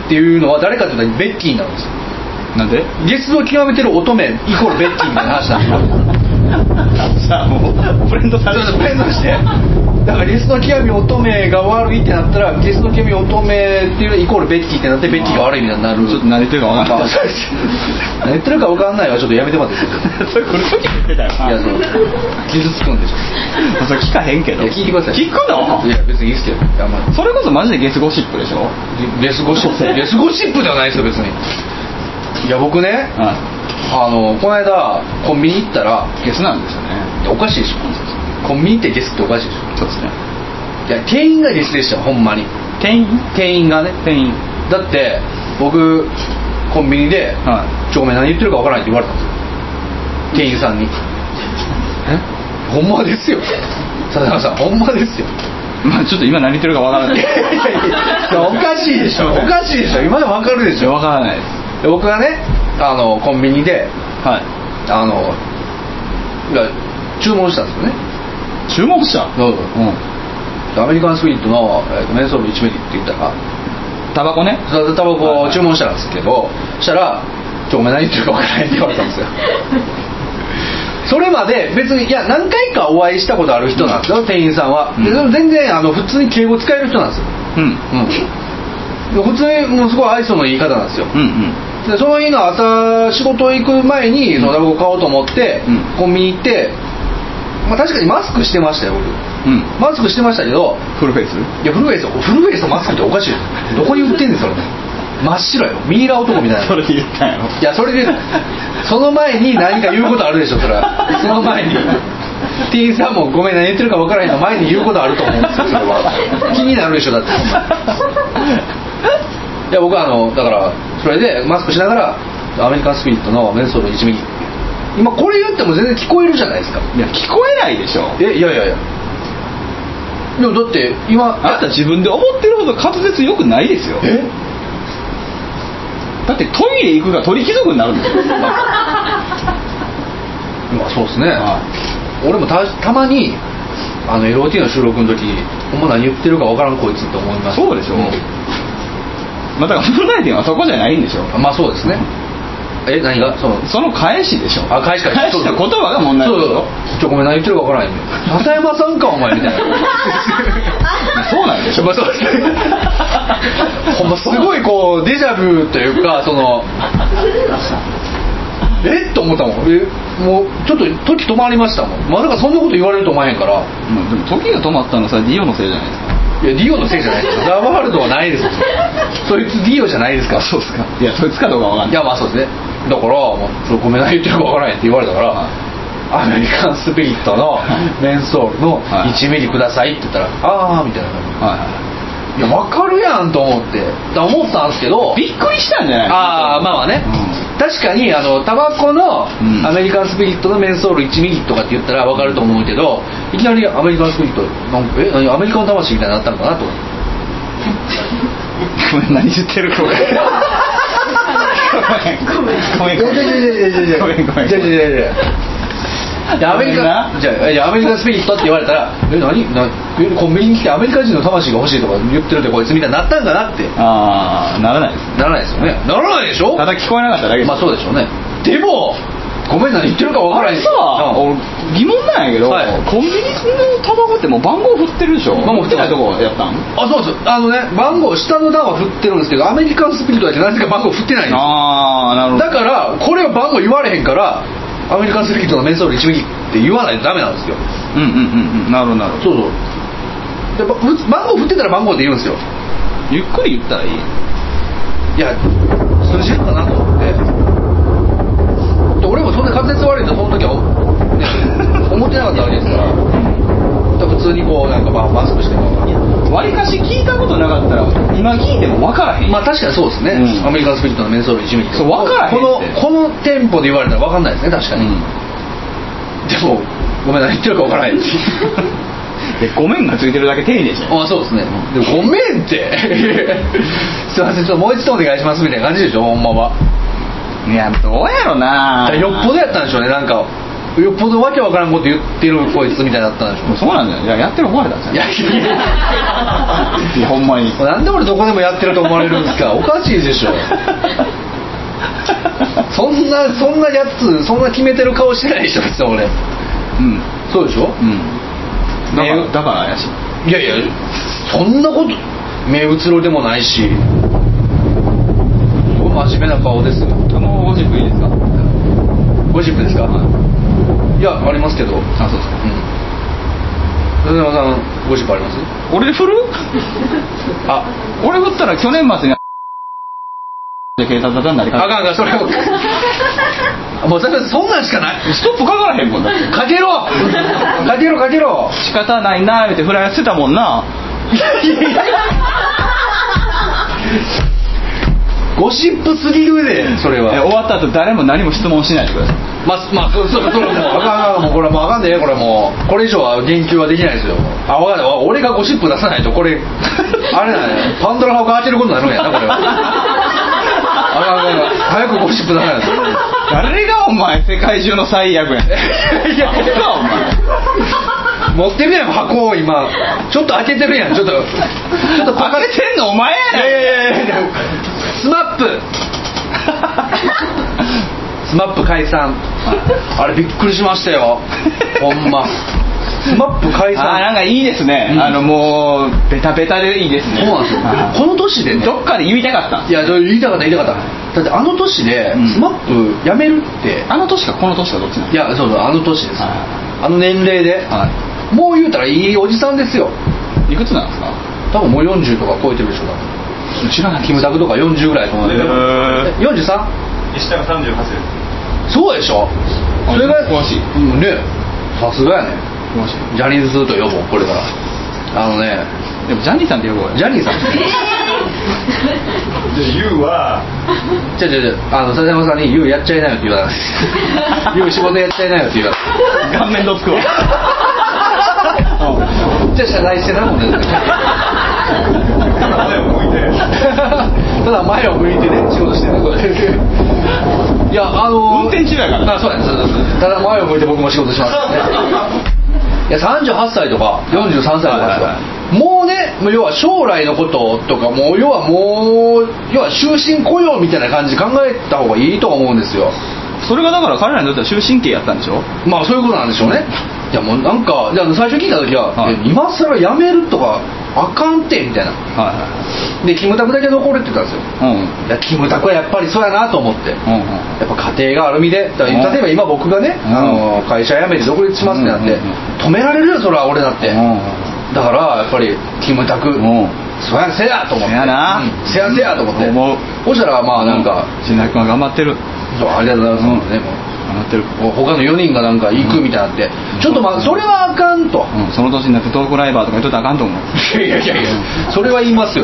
Speaker 2: ていうのは誰かというとベッキーになるんですよ
Speaker 1: なんで
Speaker 2: ゲスの極めてる乙女イコールベッキーみたいな話なんですよ
Speaker 1: さあもうフレンド
Speaker 2: そ
Speaker 1: され
Speaker 2: れ
Speaker 1: て
Speaker 2: と連動してだからゲスの極み乙女が悪いってなったらゲスの極み乙女っていうイコールベッキーってなってベッキーが悪いみたいになる
Speaker 1: ちょっと何言ってるか分かん
Speaker 2: ま
Speaker 1: な
Speaker 2: あ
Speaker 1: い
Speaker 2: そうです何言ってるか分かんないはちょっとやめてもらっていいですか [LAUGHS]
Speaker 1: それ来る時に言ってたよ
Speaker 2: いやそう傷つくんでし
Speaker 1: まあそれ聞かへんけ
Speaker 2: ょ
Speaker 1: ど
Speaker 2: いや聞いてください
Speaker 1: 聞くの
Speaker 2: いや別にいいっすよあんま
Speaker 1: それこそマジでゲスゴシップでしょ
Speaker 2: りゲスゴシップゲスゴシップではないですよ別にいや僕ね
Speaker 1: う
Speaker 2: あのこの間コンビニ行ったら
Speaker 1: んゲスなんですよね
Speaker 2: いやおかしいでしょコンビニってゲスっておかしいでし
Speaker 1: そうですね
Speaker 2: ょいや店員がゲスでしたよほんまに
Speaker 1: 店員
Speaker 2: 店員がね
Speaker 1: 店員
Speaker 2: だって僕コンビニで
Speaker 1: は
Speaker 2: 「ちょお前何言ってるか分からない」って言われたんですよ店員さんに「ほんまです
Speaker 1: [LAUGHS]
Speaker 2: よ」佐々木さんほんまですよ
Speaker 1: いまあちょっと今何言ってるか分からない
Speaker 2: いやいやいやおかしいでし
Speaker 1: [LAUGHS]
Speaker 2: ょおかしいでしょ今でも分かるでしょ
Speaker 1: 分からないです
Speaker 2: で僕がねあのコンビニで
Speaker 1: はい
Speaker 2: あのいや注文したんですよね
Speaker 1: 注文した
Speaker 2: どうぞ
Speaker 1: うん
Speaker 2: アメリカンスピリットの、えーとメンソール1ミリって言ったら
Speaker 1: タバコね
Speaker 2: そうタバコを注文したんですけど、したら「ちょお前何言ってるか分からない」って言われたん
Speaker 1: [LAUGHS]
Speaker 2: ですよそれまで別にいや何回かお会いしたことある人なんですよ店員さんは、で
Speaker 1: うん
Speaker 2: それ全然あの普通に敬語使える人なんですよ、
Speaker 1: うん
Speaker 2: うん、普通にもうすごい愛想のいい方なんですよ、
Speaker 1: うんうん
Speaker 2: でその日の朝仕事行く前にそのタバコ買おうと思って、
Speaker 1: うん
Speaker 2: コンビニ行って、まあ、確かにマスクしてましたよ僕
Speaker 1: うん
Speaker 2: マスクしてましたけど
Speaker 1: フルフェイス
Speaker 2: いやフルフェイスフルフェイスとマスクっておかしいよどこに売ってんねんそれ真っ白よミイラ男みたいな
Speaker 1: [LAUGHS] それ言ったんやろ
Speaker 2: いやそれでその前に何か言うことあるでしょそれはその前に店員さんも「ごめん何言ってるか分からへん」の前に言うことあると思うんですよそれは気になるでしょだってそんないや僕はあのだからそれでマスクしながらアメリカンスピリットのメンソール1ミリ今これ言っても全然聞こえるじゃないですか
Speaker 1: いや聞こえないでしょ
Speaker 2: えいやいやいやでもだって今
Speaker 1: あなた自分で思ってるほど滑舌良くないですよ
Speaker 2: え
Speaker 1: だってトイレ行くが鳥貴族になるんですよ
Speaker 2: まあそうですね、
Speaker 1: は
Speaker 2: 俺もたたまにあの LOT の収録の時ほんま何言ってるかわからんこいつって思いました
Speaker 1: そうでしょまあだから問題点はそこじゃないんでしょ
Speaker 2: あまあそうですねえ何がその
Speaker 1: その返しでしょ
Speaker 2: あ返しか
Speaker 1: 返しの言葉が問題
Speaker 2: そう
Speaker 1: でし
Speaker 2: そう
Speaker 1: ょ
Speaker 2: ちょごめん何言ってるかわからんよ笹山さんかお前みたいな
Speaker 1: そうなんでしょ
Speaker 2: まあそうですねほんますごいこうデジャブというかそのえっと思ったもんえもうちょっと時止まりましたもんまさかそんなこと言われると思わへんから
Speaker 1: うんでも時が止まったのさディオのせいじゃないですか
Speaker 2: いやディオのせいじゃない
Speaker 1: [LAUGHS]
Speaker 2: ですよザワールドはないですよそいつディオじゃないですからそうですか
Speaker 1: いやそいつかどうかわかん
Speaker 2: い
Speaker 1: ない
Speaker 2: やまあそうですねだからもうそれごめんな言ってるかわからへんって言われたから、アメリカンスピリットのメンソールの
Speaker 1: はい
Speaker 2: 1ミリくださいって言ったら、ああみたいな感
Speaker 1: は
Speaker 2: じいやわかるやんと思ってだ思ったんですけど
Speaker 1: いびっくりしたんじゃない
Speaker 2: ああまあまあね、
Speaker 1: う
Speaker 2: 確かにあのタバコの
Speaker 1: うん
Speaker 2: アメリカンスピリットのメンソール1ミリとかって言ったらわかると思うけどいきなりアメリカンスピリットなんかえ何アメリカの魂みたいになったのかなと思って
Speaker 1: ごめん何言ってるこれごめん
Speaker 2: いや
Speaker 1: ごめんごめんごめんごめん
Speaker 2: いやいやいやいやいやアメリ
Speaker 1: ごめんな
Speaker 2: カじゃあいやアメリカスピリットって言われたら「え何なえコンビニに来てアメリカ人の魂が欲しいとか言ってるってこいつ」みたいになったんかなって
Speaker 1: ああならないです
Speaker 2: ならないですよねならないでしょ
Speaker 1: ただ聞こえなかっただけです
Speaker 2: まあそうでしょうねでもごめんな言ってるか分
Speaker 1: あ
Speaker 2: からへ
Speaker 1: れ
Speaker 2: ん
Speaker 1: さ、俺疑問なんやけど、
Speaker 2: はい
Speaker 1: コンビニのタバコってもう番号振ってるでしょ
Speaker 2: 番号振って
Speaker 1: な
Speaker 2: ま
Speaker 1: い
Speaker 2: す
Speaker 1: とこやったん
Speaker 2: あそうそうあのね番号下の段は振ってるんですけどアメリカンスピリットだけなぜか番号振ってないんです
Speaker 1: ああなるほど
Speaker 2: だからこれは番号言われへんからアメリカンスピリットのメンソール1ミリって言わないとダメなんですよ
Speaker 1: うんうんうんうんなるほどなるほど
Speaker 2: そうそうでばう番号振ってたら番号って言うんですよ
Speaker 1: ゆっくり言ったらいい
Speaker 2: いや通じるかなと思ってで俺もそんな滑舌悪いとその時は、ね、
Speaker 1: [LAUGHS]
Speaker 2: 思ってなかったわけですからで普通にこうなんかまあマスクしても
Speaker 1: わりかし聞いたことなかったら今聞いても分からへん、
Speaker 2: まあ確かにそうですね、
Speaker 1: うん
Speaker 2: アメリカンスピリットのメンソール1ミリ
Speaker 1: そう分からへん
Speaker 2: この
Speaker 1: って
Speaker 2: このテンポで言われたら分かんないですね確か
Speaker 1: う
Speaker 2: に、
Speaker 1: ん
Speaker 2: でもごめん何言ってるか分
Speaker 1: [LAUGHS]
Speaker 2: からへんって
Speaker 1: でごめんがついてるだけ丁寧じゃん
Speaker 2: あそうですねでもごめんってすいませんちょっともう一度お願いしますみたいな感じでしょほんまはい
Speaker 1: やどうや
Speaker 2: だ
Speaker 1: ろな
Speaker 2: からよっぽどやったんでしょうねなんかよっぽどわけわからんこと言ってるこいつみたいだったんでしょ
Speaker 1: もうそうなんじゃないいややってる方だった
Speaker 2: うんい
Speaker 1: じゃ
Speaker 2: や
Speaker 1: ない
Speaker 2: いやいや
Speaker 1: いやほんまに
Speaker 2: なんで俺どこでもやってると思われるんですかおかしいでしょそんなそんなやつそんな決めてる顔してないでしょ別に俺
Speaker 1: うん
Speaker 2: そうでしょ
Speaker 1: うんだ
Speaker 2: メ
Speaker 1: か
Speaker 2: ー
Speaker 1: ら
Speaker 2: ル
Speaker 1: だから怪しい
Speaker 2: いやいやそんなこと目うつろでもないしすごい真面目な顔ですよ
Speaker 1: あのゴシップいいですか
Speaker 2: ゴシップですか、い、やありますけどうん
Speaker 1: あそうですか
Speaker 2: 笹山さんゴシップあります
Speaker 1: 俺振る
Speaker 2: あ
Speaker 1: 俺振ったら去年末にで警察だんなり
Speaker 2: あ
Speaker 1: か
Speaker 2: かんあかんそれはもうそれそんなんしかない
Speaker 1: ストップかからへんもんだって
Speaker 2: かけろかけろかけろ
Speaker 1: 仕方ないなーってフライヤーしてたもんな
Speaker 2: ゴシップすぎるでそれ
Speaker 1: え終
Speaker 2: は
Speaker 1: わった後誰も何も質問しないでください
Speaker 2: まあまあそうそうそれはもうあかんあかんもうこれはもうあかんでこれはもうこれ以上は言及はできないですよあわかんない俺がゴシップ出さないとこれあれだねパンドラの箱開けることになるんやなこれはあかんあかんあかん早くゴシップ出さないと
Speaker 1: 誰がお前世界中の最悪やねんいや僕かお前
Speaker 2: 持ってみないもん箱を今ちょっと開けてるやんちょっとちょっとパカ
Speaker 1: バカ
Speaker 2: ッ
Speaker 1: れてんのお前
Speaker 2: い
Speaker 1: や
Speaker 2: やい
Speaker 1: ねん
Speaker 2: やいやいやスマップスマップ解散あれびっくりしましたよほんまスマップ解散
Speaker 1: あーなんかいいですね、
Speaker 2: うん
Speaker 1: あのもうベタベタでいいですね
Speaker 2: そうなんですよこの年でね
Speaker 1: どっかで言いたかったん
Speaker 2: いや言いたかった言いたかっただってあの年で
Speaker 1: うん
Speaker 2: スマップやめるって、
Speaker 1: あの年かこの年かどっちなん
Speaker 2: いやそうそうあの年です、
Speaker 1: はい
Speaker 2: あの年齢で、
Speaker 1: は
Speaker 2: もう言うたらいいおじさんですよ
Speaker 1: いいくつなんで
Speaker 2: 多分もう40とか超えてるでしょうから
Speaker 1: すか知らない
Speaker 2: キムタクとか40ぐらいと思うんだけど
Speaker 1: へ
Speaker 2: 43?
Speaker 4: 石田が38です
Speaker 2: そうでしょそれが
Speaker 1: 詳しい
Speaker 2: うんねさすがやね
Speaker 1: もし
Speaker 2: ジャニーズ2と呼ぼうこれからあのね
Speaker 1: でもジャニーさんって呼ぼうよ
Speaker 2: ジャ [LAUGHS] ニーさん
Speaker 4: じゃあ YOU は
Speaker 2: じゃじゃじゃあの笹山さんに「YOU やっちゃいなよ」って言わな [LAUGHS] くて「YOU 仕事やっちゃいなよ」って言わな
Speaker 1: 顔面どつくわ
Speaker 2: [LAUGHS] くてじゃあ謝罪してなもんね
Speaker 4: ただ前を向いて
Speaker 2: [LAUGHS] ただ前を向いてね仕事してねこれいやあの
Speaker 1: 運転中やから [LAUGHS]
Speaker 2: あそうやねそうそうそうただ前を向いて僕も仕事しますねいや38歳とか43歳とかですよ、
Speaker 1: はいはいは
Speaker 2: もうねもう要は将来のこととかもう要はもう要は終身雇用みたいな感じで考えた方がいいとは思うんですよ
Speaker 1: それがだから彼らにとっては終身刑やったんでしょ
Speaker 2: まあそういうことなんでしょうねいやもうなんかじゃあ最初聞いた時は、
Speaker 1: は
Speaker 2: い
Speaker 1: い
Speaker 2: や今更辞めるとかあかんってみたいな
Speaker 1: はいは
Speaker 2: でキムタクだけ残るって言ったんですよ
Speaker 1: いうん
Speaker 2: いやキムタクはやっぱりそうやなと思って、
Speaker 1: うんうん
Speaker 2: やっぱ家庭がある身でだから
Speaker 1: うん
Speaker 2: 例えば今僕がね、
Speaker 1: うん
Speaker 2: あの会社辞めて独立しますってなって、
Speaker 1: うんうんうん
Speaker 2: 止められるよそれは俺だって、
Speaker 1: う
Speaker 2: だからやっぱりキムタク、
Speaker 1: んうん
Speaker 2: そうやせやと思って
Speaker 1: せやな
Speaker 2: うんせやせやと思って、
Speaker 1: 思う
Speaker 2: そしたらまあなんか、
Speaker 1: 新宅君は頑張ってる
Speaker 2: そうありがとうございます、ねも
Speaker 1: 頑張ってる
Speaker 2: う他の4人がなんか行くみたいになって、
Speaker 1: ん
Speaker 2: ちょっとまあそれはあかんと、
Speaker 1: うんその年になってトークライバーとか言っとったらあかんと思う
Speaker 2: いやいやいやそれは言いますよ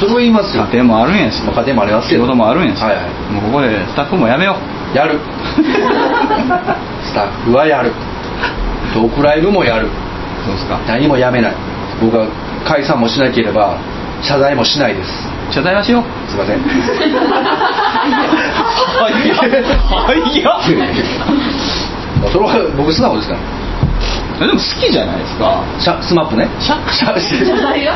Speaker 2: それは言いますよ
Speaker 1: 家庭もあるんやし
Speaker 2: まあ家庭もありますけ
Speaker 1: 仕
Speaker 2: ど
Speaker 1: 事もあるんやし
Speaker 2: はいはい
Speaker 1: もうここでスタッフもやめよう
Speaker 2: やるスタッフはやるトークライブもやる
Speaker 1: そうですか
Speaker 2: 何もやめない僕は解散もしなければ謝罪もしないです
Speaker 1: 謝罪はしよう
Speaker 2: すいません
Speaker 1: はいやはいや
Speaker 2: まあそれは僕素直ですから
Speaker 1: でも好きじゃないですか
Speaker 2: シャスマップねシャシャシャ
Speaker 5: 罪よ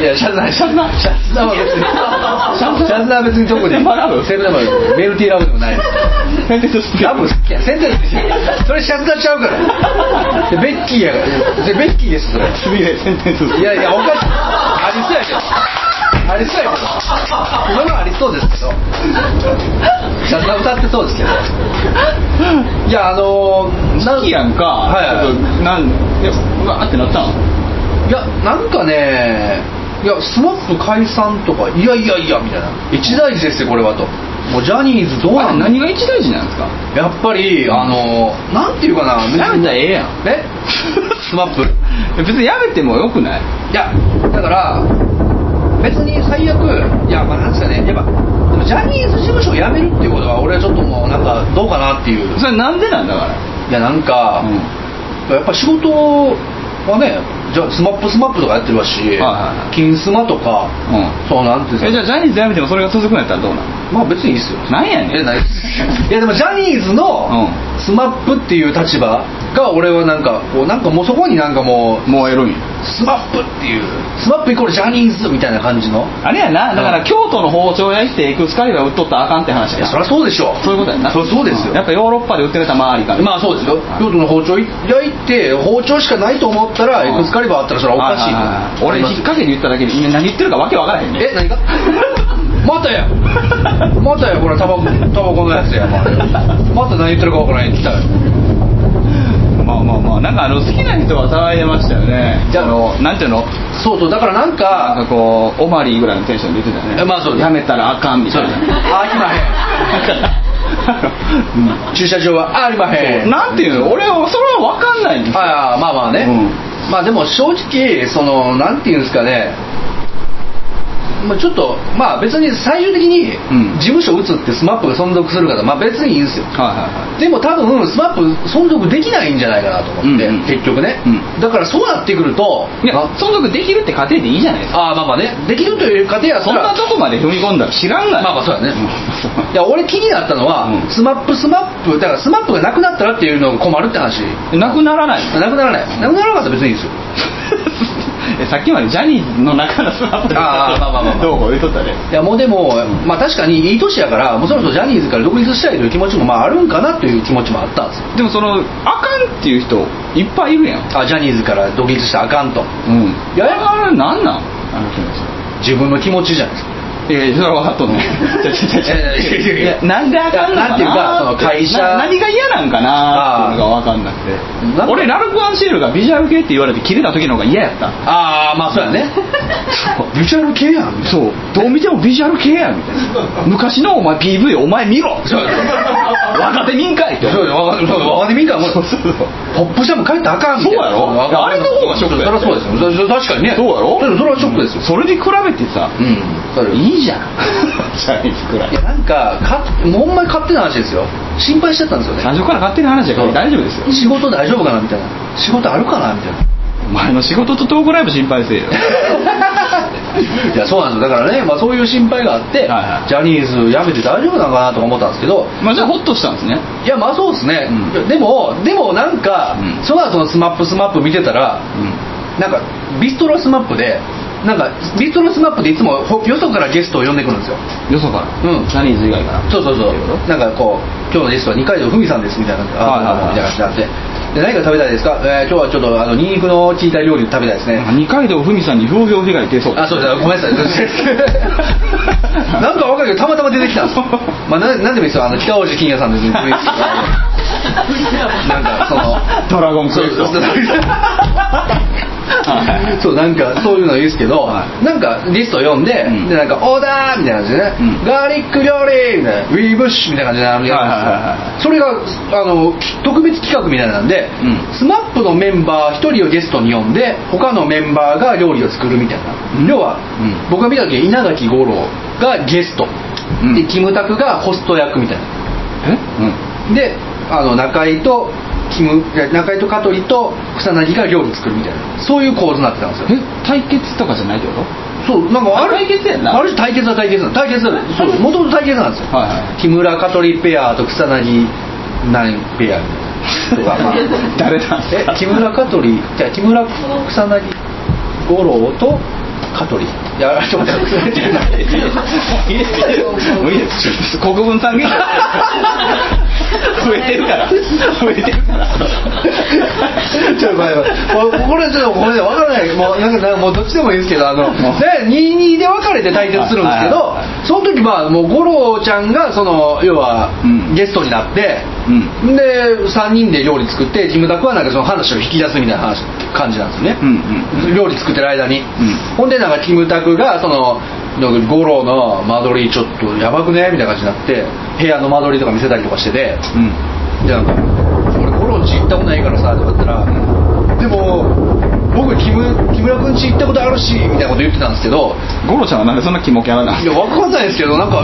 Speaker 2: いやシャズナシャズナシャズナは別にシャズナは別にどこで
Speaker 1: セブンラブ
Speaker 2: セブンラブメルティーラブでもない
Speaker 1: 先生として
Speaker 2: ラブ好きやセンテンスそれシャズナちゃう [LAUGHS] からでベッキーやからでベッキーですそれ
Speaker 1: すみれセンテンス
Speaker 2: いやいやおかしいありそうやけどありそうやけど今のはありそうですけどシャズナ歌ってそうですけどいやあのーなん
Speaker 1: 好きやんか
Speaker 2: はいはい
Speaker 1: ちょっとなんいやうわーってなったの
Speaker 2: いやなんかねいやスマップ解散とかいやいやいやみたいな一大事ですよこれはともうジャニーズどう
Speaker 1: あ
Speaker 2: な
Speaker 1: れ
Speaker 2: んだ
Speaker 1: 何が一大事なんですか
Speaker 2: やっぱりあのなんていうかな
Speaker 1: やめたらええやん
Speaker 2: えスマップ
Speaker 1: 別にやめてもよくない
Speaker 2: いやだから別に最悪いやまあなんですかねやっぱでもジャニーズ事務所を辞めるっていうことは俺はちょっともうなんかどうかなっていう
Speaker 1: それなんでなんだから
Speaker 2: いやなんか、
Speaker 1: うん
Speaker 2: やっぱ仕事はねじゃあスマップスマップとかやってるわし、
Speaker 1: はいはい
Speaker 2: 金スマとか、
Speaker 1: うん
Speaker 2: そうなんていうんですか
Speaker 1: えじゃあジャニーズやめてもそれが続くんやったらどうなの
Speaker 2: まあ別にいいっすよ
Speaker 1: なんやねん
Speaker 2: えないっすいやでもジャニーズの
Speaker 1: う
Speaker 2: スマップっていう立場が俺はなんかこうなんかもうそこになんかもう
Speaker 1: もうエロいんや
Speaker 2: スマップっていうスマップイコールジャニーズみたいな感じの
Speaker 1: あれやなだか
Speaker 2: うん
Speaker 1: ら京都の包丁屋行っていくスカリバー売っとったらあかんって話
Speaker 2: い
Speaker 1: や
Speaker 2: やそりゃそうでしょ
Speaker 1: そういうことやな
Speaker 2: そそうですよ、
Speaker 1: んやっぱヨーロッパで売ってるやつは周りから
Speaker 2: まあそうですよ京都の包丁い焼いて包丁しかないと思ったら
Speaker 1: うん
Speaker 2: エクスカリバーあったらそれはおかしい
Speaker 1: ははは
Speaker 2: と思
Speaker 1: 俺
Speaker 2: い
Speaker 1: 引
Speaker 2: ま
Speaker 1: っ
Speaker 2: す
Speaker 1: 掛けで言っただけで今何言ってるかわけわからへんね
Speaker 2: え何が [LAUGHS] またやまたやこれタバコタバコのやつやまあまた何言ってるか分からへん来たよ
Speaker 1: まあまあまあなんかあの好きな人は騒いでましたよね
Speaker 2: じゃあ
Speaker 1: あのなんていうの
Speaker 2: そうそうだからなんか
Speaker 1: なんかこうオマリーぐらいのテンションで言ってたよね
Speaker 2: えまあそうです
Speaker 1: やめたらあかんみたいな
Speaker 2: ありま
Speaker 1: だか
Speaker 2: へ [LAUGHS]
Speaker 1: ら
Speaker 2: ん駐車場はありまへ
Speaker 1: うんんなんていうの俺はそれは分かんないんですよ
Speaker 2: ああまあまあね、まあでも正直そのなんていうんですかねまあちょっとまあ別に最終的に
Speaker 1: うん
Speaker 2: 事務所打つってスマップが存続するからまあ別にいいんですよ
Speaker 1: はいは
Speaker 2: でも多分スマップ存続できないんじゃないかなと思って、
Speaker 1: うんうん
Speaker 2: 結局ね、
Speaker 1: うん
Speaker 2: だからそうなってくると
Speaker 1: いはいいや
Speaker 2: あ
Speaker 1: 存続できるって過程でいいじゃないですか
Speaker 2: ああまあまあねできるという過程は
Speaker 1: そんなとこまで踏み込んだら知らんがな
Speaker 2: まあまあそうだね
Speaker 1: うん
Speaker 2: いや俺気になったのは、
Speaker 1: うん
Speaker 2: スマップスマップだからスマップがなくなったらっていうのが困るって話
Speaker 1: なくならない
Speaker 2: なくならないなくならなかったら別にいいですよ
Speaker 1: [LAUGHS] えさっきまでジャニーズの中のスマップ
Speaker 2: あーまあまあまあまあ
Speaker 1: どうこう言っとったね
Speaker 2: いやもうでも、まあ、確かにいい年やからもうそろそろジャニーズから独立したいという気持ちもまああるんかなという気持ちもあったんですよ
Speaker 1: でもそのあかんっていう人いっぱいいるやん
Speaker 2: あジャニーズから独立したらあかんと
Speaker 1: うん
Speaker 2: いや
Speaker 1: やあれなんなんあの気持ち
Speaker 2: 自分の気持ちじゃないですか
Speaker 1: いやいやそれは分かっ
Speaker 2: [LAUGHS]
Speaker 1: とんね
Speaker 2: いやいやいや
Speaker 1: いやなんであかんのか
Speaker 2: な
Speaker 1: な
Speaker 2: んていうかその会社
Speaker 1: な何が嫌なんかなっていうのが分かんなくて
Speaker 2: なんか
Speaker 1: 俺ラルク・アンシエルがビジュアル系って言われてキレた時の方が嫌やった
Speaker 2: ああまあそうやねビジュアル系やん
Speaker 1: そうどう見てもビジュアル系やみたいな昔のお前 PV お前見ろ
Speaker 2: そう
Speaker 1: 若手民会って
Speaker 2: そうよわかそうよわかってみんかもうポップジャム帰ったらあかんみたいな
Speaker 1: そうやろ
Speaker 2: わか
Speaker 1: あれの方がショックや
Speaker 2: そりゃそうですよそ確かにね
Speaker 1: そうやろ
Speaker 2: そそれはショックですよ
Speaker 1: それに比べて
Speaker 2: [LAUGHS]
Speaker 1: さ
Speaker 2: うん、それ
Speaker 1: いいじゃん
Speaker 2: [LAUGHS]
Speaker 1: ジャニーズくら
Speaker 2: いやなんかかもうほんまに勝手な話ですよ心配しちゃったんですよね
Speaker 1: 最初から勝手な話やから大丈夫ですよ
Speaker 2: 仕事大丈夫かなみたいな仕事あるかなみたいな
Speaker 1: お前の仕事とトークライブ心配せえよ
Speaker 2: [LAUGHS] いやそうなんですよだからね、まあ、そういう心配があって、
Speaker 1: いはい
Speaker 2: ジャニーズ辞めて大丈夫なのかなとか思ったんですけど
Speaker 1: まあじゃあホッとしたんですね
Speaker 2: いやまあそうですね、
Speaker 1: うん
Speaker 2: いやでもでもなんか、
Speaker 1: うん
Speaker 2: その後のスマップスマップ見てたら
Speaker 1: うん
Speaker 2: なんかビストロスマップでなんかビストロスマップでいつもほよそからゲストを呼んでくるんですよ
Speaker 1: よそから
Speaker 2: うん
Speaker 1: ジャニーズ以外から
Speaker 2: そうそうそう
Speaker 1: っていこと
Speaker 2: なんかこう今日のゲストは二階堂ふみさんですみたいな感じで
Speaker 1: はいはい
Speaker 2: みた
Speaker 1: はい
Speaker 2: いな感じになってで何が食べたいですか、えー今日はちょっとあのニンニクの効いた料理を食べたいですね
Speaker 1: なんか二階堂ふみさんに風評被害出そう
Speaker 2: あ、そうだ、ごめ [LAUGHS] んなさい。なんかわかるけど、たまたま出てきたんですよ。まあ、ななんでもいいですよ、あの、北大路欣也さん [LAUGHS] ですね。なんか、その。
Speaker 1: ドラゴンクエスト
Speaker 2: そうそうそうなんかそういうの言うんですけど、
Speaker 1: はい
Speaker 2: なんかリストを読んで、
Speaker 1: うん
Speaker 2: でなんかオーダーみたいな感じでね、
Speaker 1: うん
Speaker 2: ガーリック料理みたいなウィーブッシュみたいな感じであるや
Speaker 1: はいはいはい
Speaker 2: つですよそれがあの特別企画みたいなんで、
Speaker 1: うん
Speaker 2: スマップのメンバー1人をゲストに呼んで他のメンバーが料理を作るみたいな、
Speaker 1: うん
Speaker 2: 要は、
Speaker 1: うん
Speaker 2: 僕が見た時稲垣吾郎がゲスト、
Speaker 1: うん
Speaker 2: でキムタクがホスト役みたいな
Speaker 1: えうん
Speaker 2: であの中井とキムいや中井と香取と草薙が料理作るみたいなそういう構図になってたんですよ
Speaker 1: え対決とかじゃないってこ
Speaker 2: そ
Speaker 1: と
Speaker 2: うなんかある
Speaker 1: 対決やんな
Speaker 2: ある種対決は対決なん対決はそうもともと対決なんですよ、
Speaker 1: はいは
Speaker 2: 木村香取ペアと草薙何ペアとか、まあ、
Speaker 1: い誰なんす
Speaker 2: え
Speaker 1: か
Speaker 2: 木村香取じゃあ木村草薙五郎と香取いやちょっと待って
Speaker 1: いいですもういいです国分さんが増えてるから増えてるから
Speaker 2: [LAUGHS] ちょっとごめんごめんこれちょっとごめんなさい分からないもうなんかなんかもうどっちでもいいですけどあので22で分かれて対決するんですけど
Speaker 1: はいはいはい
Speaker 2: その時まあもう五郎ちゃんがその要は
Speaker 1: うん
Speaker 2: ゲストになって、
Speaker 1: うん
Speaker 2: で3人で料理作ってキムタクはなんかその話を引き出すみたいな話感じなんですよね、
Speaker 1: うんうん
Speaker 2: 料理作ってる間に、
Speaker 1: ん
Speaker 2: ほんでなんかキムタクがそのなんか五郎の間取りちょっとやばくねみたいな感じになって部屋の間取りとか見せたりとかしてて
Speaker 1: うん
Speaker 2: でなんか「俺五郎んち行ったことないからさ」とか言ったら「でも僕木村木村君ち行ったことあるし」みたいなこと言ってたんですけど
Speaker 1: 五郎ちゃんはなんでそんなキモキャラなん
Speaker 2: いや分かんないですけどなんか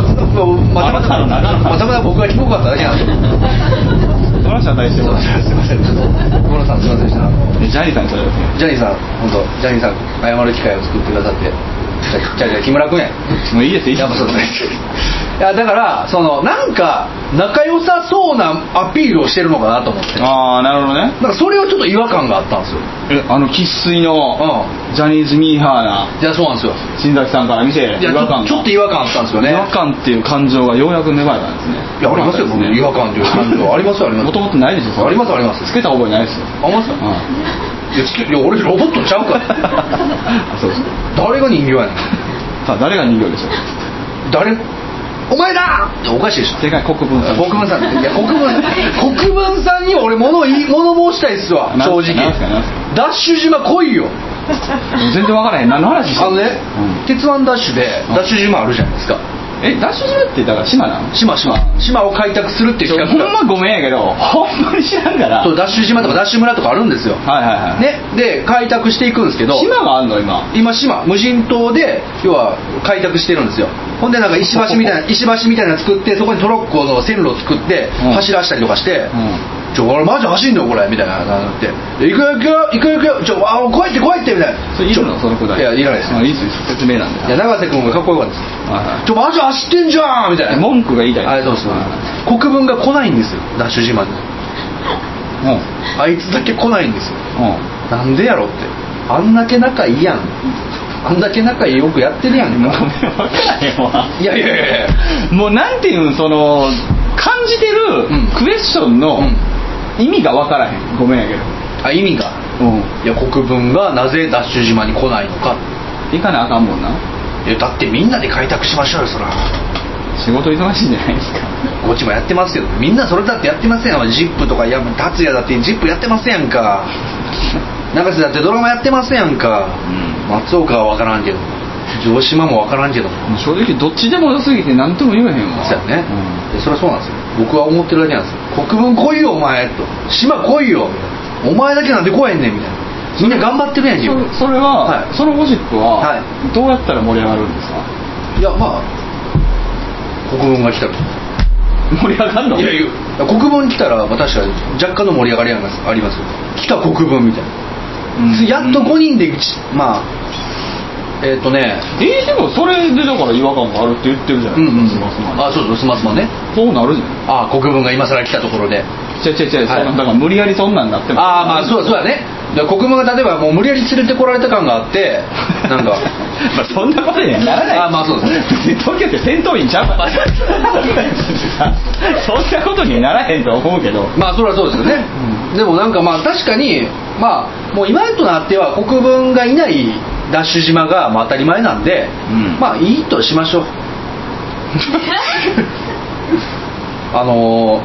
Speaker 2: またまた
Speaker 1: あなたの
Speaker 2: またまた僕がキモかっただけなんですよ
Speaker 1: 五郎ちゃん対し
Speaker 2: す
Speaker 1: て
Speaker 2: いません
Speaker 1: [LAUGHS]
Speaker 2: すいません五郎さんすいませんでした
Speaker 1: ジャニーさんにそれですね
Speaker 2: ジャニーさん本当ジャニーさん謝る機会を作ってくださってじゃじゃじゃ木村君や
Speaker 1: もういいですいいで
Speaker 2: や
Speaker 1: す
Speaker 2: っぱそうですねいやだからそのなんか仲良さそうなアピールをしてるのかなと思って
Speaker 1: ああなるほどね
Speaker 2: なんかそれをちょっと違和感があったんですよ
Speaker 1: えあの生粋の
Speaker 2: う
Speaker 1: ジャニーズミーハーなん
Speaker 2: じゃあそうなんですよ
Speaker 1: 新崎さんから見て違
Speaker 2: いやち
Speaker 1: 和感
Speaker 2: ょ
Speaker 1: が
Speaker 2: ちょっと違和感あったんですよね
Speaker 1: 違和感っていう感情がようやく芽生えたんですね
Speaker 2: いやありますよ僕違和感という感情ありますよあります
Speaker 1: もともとないでしょそれ
Speaker 2: ありますあります
Speaker 1: つけた覚えないですよ
Speaker 2: あほんまっすか
Speaker 1: うん
Speaker 2: いやつけいや俺ロボットちゃうから [LAUGHS]
Speaker 1: あそうです
Speaker 2: 誰が人形やねん
Speaker 1: さあ誰が人形でしょ
Speaker 2: 誰お前だいやおかしいでしょ
Speaker 1: う正解国分さん
Speaker 2: 国分さんいや国分国分さんに俺物言い物申したいっすわ
Speaker 1: なんす
Speaker 2: 正直
Speaker 1: なんすかなんす
Speaker 2: ダッシュ島来いよ
Speaker 1: 全然わからへん何の話して
Speaker 2: あの
Speaker 1: んの
Speaker 2: ね、鉄腕ダッシュでダッシュ島あるじゃないですか
Speaker 1: うんえダッシュ島ってだから島なの
Speaker 2: 島島島を開拓するっていう
Speaker 1: ちょ
Speaker 2: 企
Speaker 1: ほ
Speaker 2: 画
Speaker 1: んまごめんやけどほんまに知らんから
Speaker 2: そうダッシュ島とかダッシュ村とかあるんですよ、
Speaker 1: はいはいはい
Speaker 2: ね、で開拓していくんですけど
Speaker 1: 島があんの今
Speaker 2: 今島無人島で要は開拓してるんですよほんでなんか石橋みたいな石橋みたいなの作ってそこにトロッコの線路を作って
Speaker 1: うん
Speaker 2: 走らしたりとかして「
Speaker 1: う
Speaker 2: ちょ俺マジ走んのこれ」みたいななって「行くよ行くよ行くよ行くよちょあ来いって来いって」みたいな
Speaker 1: それいるのそのくだり
Speaker 2: いやいらないです
Speaker 1: あいいですよ説明なんで
Speaker 2: いや永瀬君がかっこよかったです
Speaker 1: はい
Speaker 2: ちょマジ走ってんじゃんみたい
Speaker 1: はい
Speaker 2: な
Speaker 1: 文句が言いたい
Speaker 2: あそうそうそう国分が来ないんですよダッシュ島に
Speaker 1: うんうん
Speaker 2: あいつだけ来ないんですよなんでやろってあんだけ仲いいやんあんだけ仲よくやってるやん
Speaker 1: もう
Speaker 2: か
Speaker 1: ごめんわからへんわ
Speaker 2: いやいやいやいや
Speaker 1: もうなんていうんその感じてる
Speaker 2: うん
Speaker 1: クエスチョンの
Speaker 2: うん
Speaker 1: 意味がわからへんごめんやけど
Speaker 2: あ意味が
Speaker 1: うん
Speaker 2: いや国分がなぜダッシュ島に来ないのか
Speaker 1: 行かなあかんもんない
Speaker 2: やだってみんなで開拓しましょうよそら
Speaker 1: 仕事忙しいんじゃないですか
Speaker 2: こっちもやってますけどみんなそれだってやってませんよジップとかや達也だってジップやってませんやんか永瀬だってドラマやってませんやんか、
Speaker 1: ん
Speaker 2: 松岡は分からんけど城島も分からんけど
Speaker 1: もう正直どっちでも良すぎて何とも言えへんわ
Speaker 2: そうやね、でそれはそうなんですよ僕は思ってるだけなんですよ国分来いよお前と島来いよお前だけなんて来へんねんみたいなみんな頑張ってるやん自
Speaker 1: うん
Speaker 2: 分
Speaker 1: そそれは、
Speaker 2: はい
Speaker 1: そのゴシップ
Speaker 2: は
Speaker 1: は、どうやったら盛り上がるんですか
Speaker 2: いやまあ国分が来たら
Speaker 1: 盛り上がるの
Speaker 2: いやいや国分来たらまあ確かに若干の盛り上がりはありますよ来た国分みたいな、
Speaker 1: うん
Speaker 2: やっと5人で、ちまあえっ、とね
Speaker 1: えーでもそれでだから違和感があるって言ってるじゃないですか、スマスマに
Speaker 2: あそうそうスマスマね
Speaker 1: そうなるじゃん
Speaker 2: あ国分が今更来たところで
Speaker 1: ちゃちゃちゃ、
Speaker 2: はい
Speaker 1: そんなだから無理やりそんなんなっても
Speaker 2: ああまあそうだそうだねだから国分が例えばもう無理やり連れてこられた感があっ
Speaker 1: [LAUGHS]
Speaker 2: てなんか
Speaker 1: まあそんなことにはならない
Speaker 2: あーまあそうですね
Speaker 1: 別に [LAUGHS] 東京って戦闘員ちゃうから [LAUGHS] そんなことにはならへんと思うけど
Speaker 2: まあそれはそうですよね、でもなんかまあ確かにまあもう今となっては国分がいないダッシュ島がまあ当たり前なんで、
Speaker 1: うん
Speaker 2: まあいいとしま
Speaker 1: [LAUGHS]
Speaker 2: しょうあ
Speaker 1: [LAUGHS]
Speaker 2: の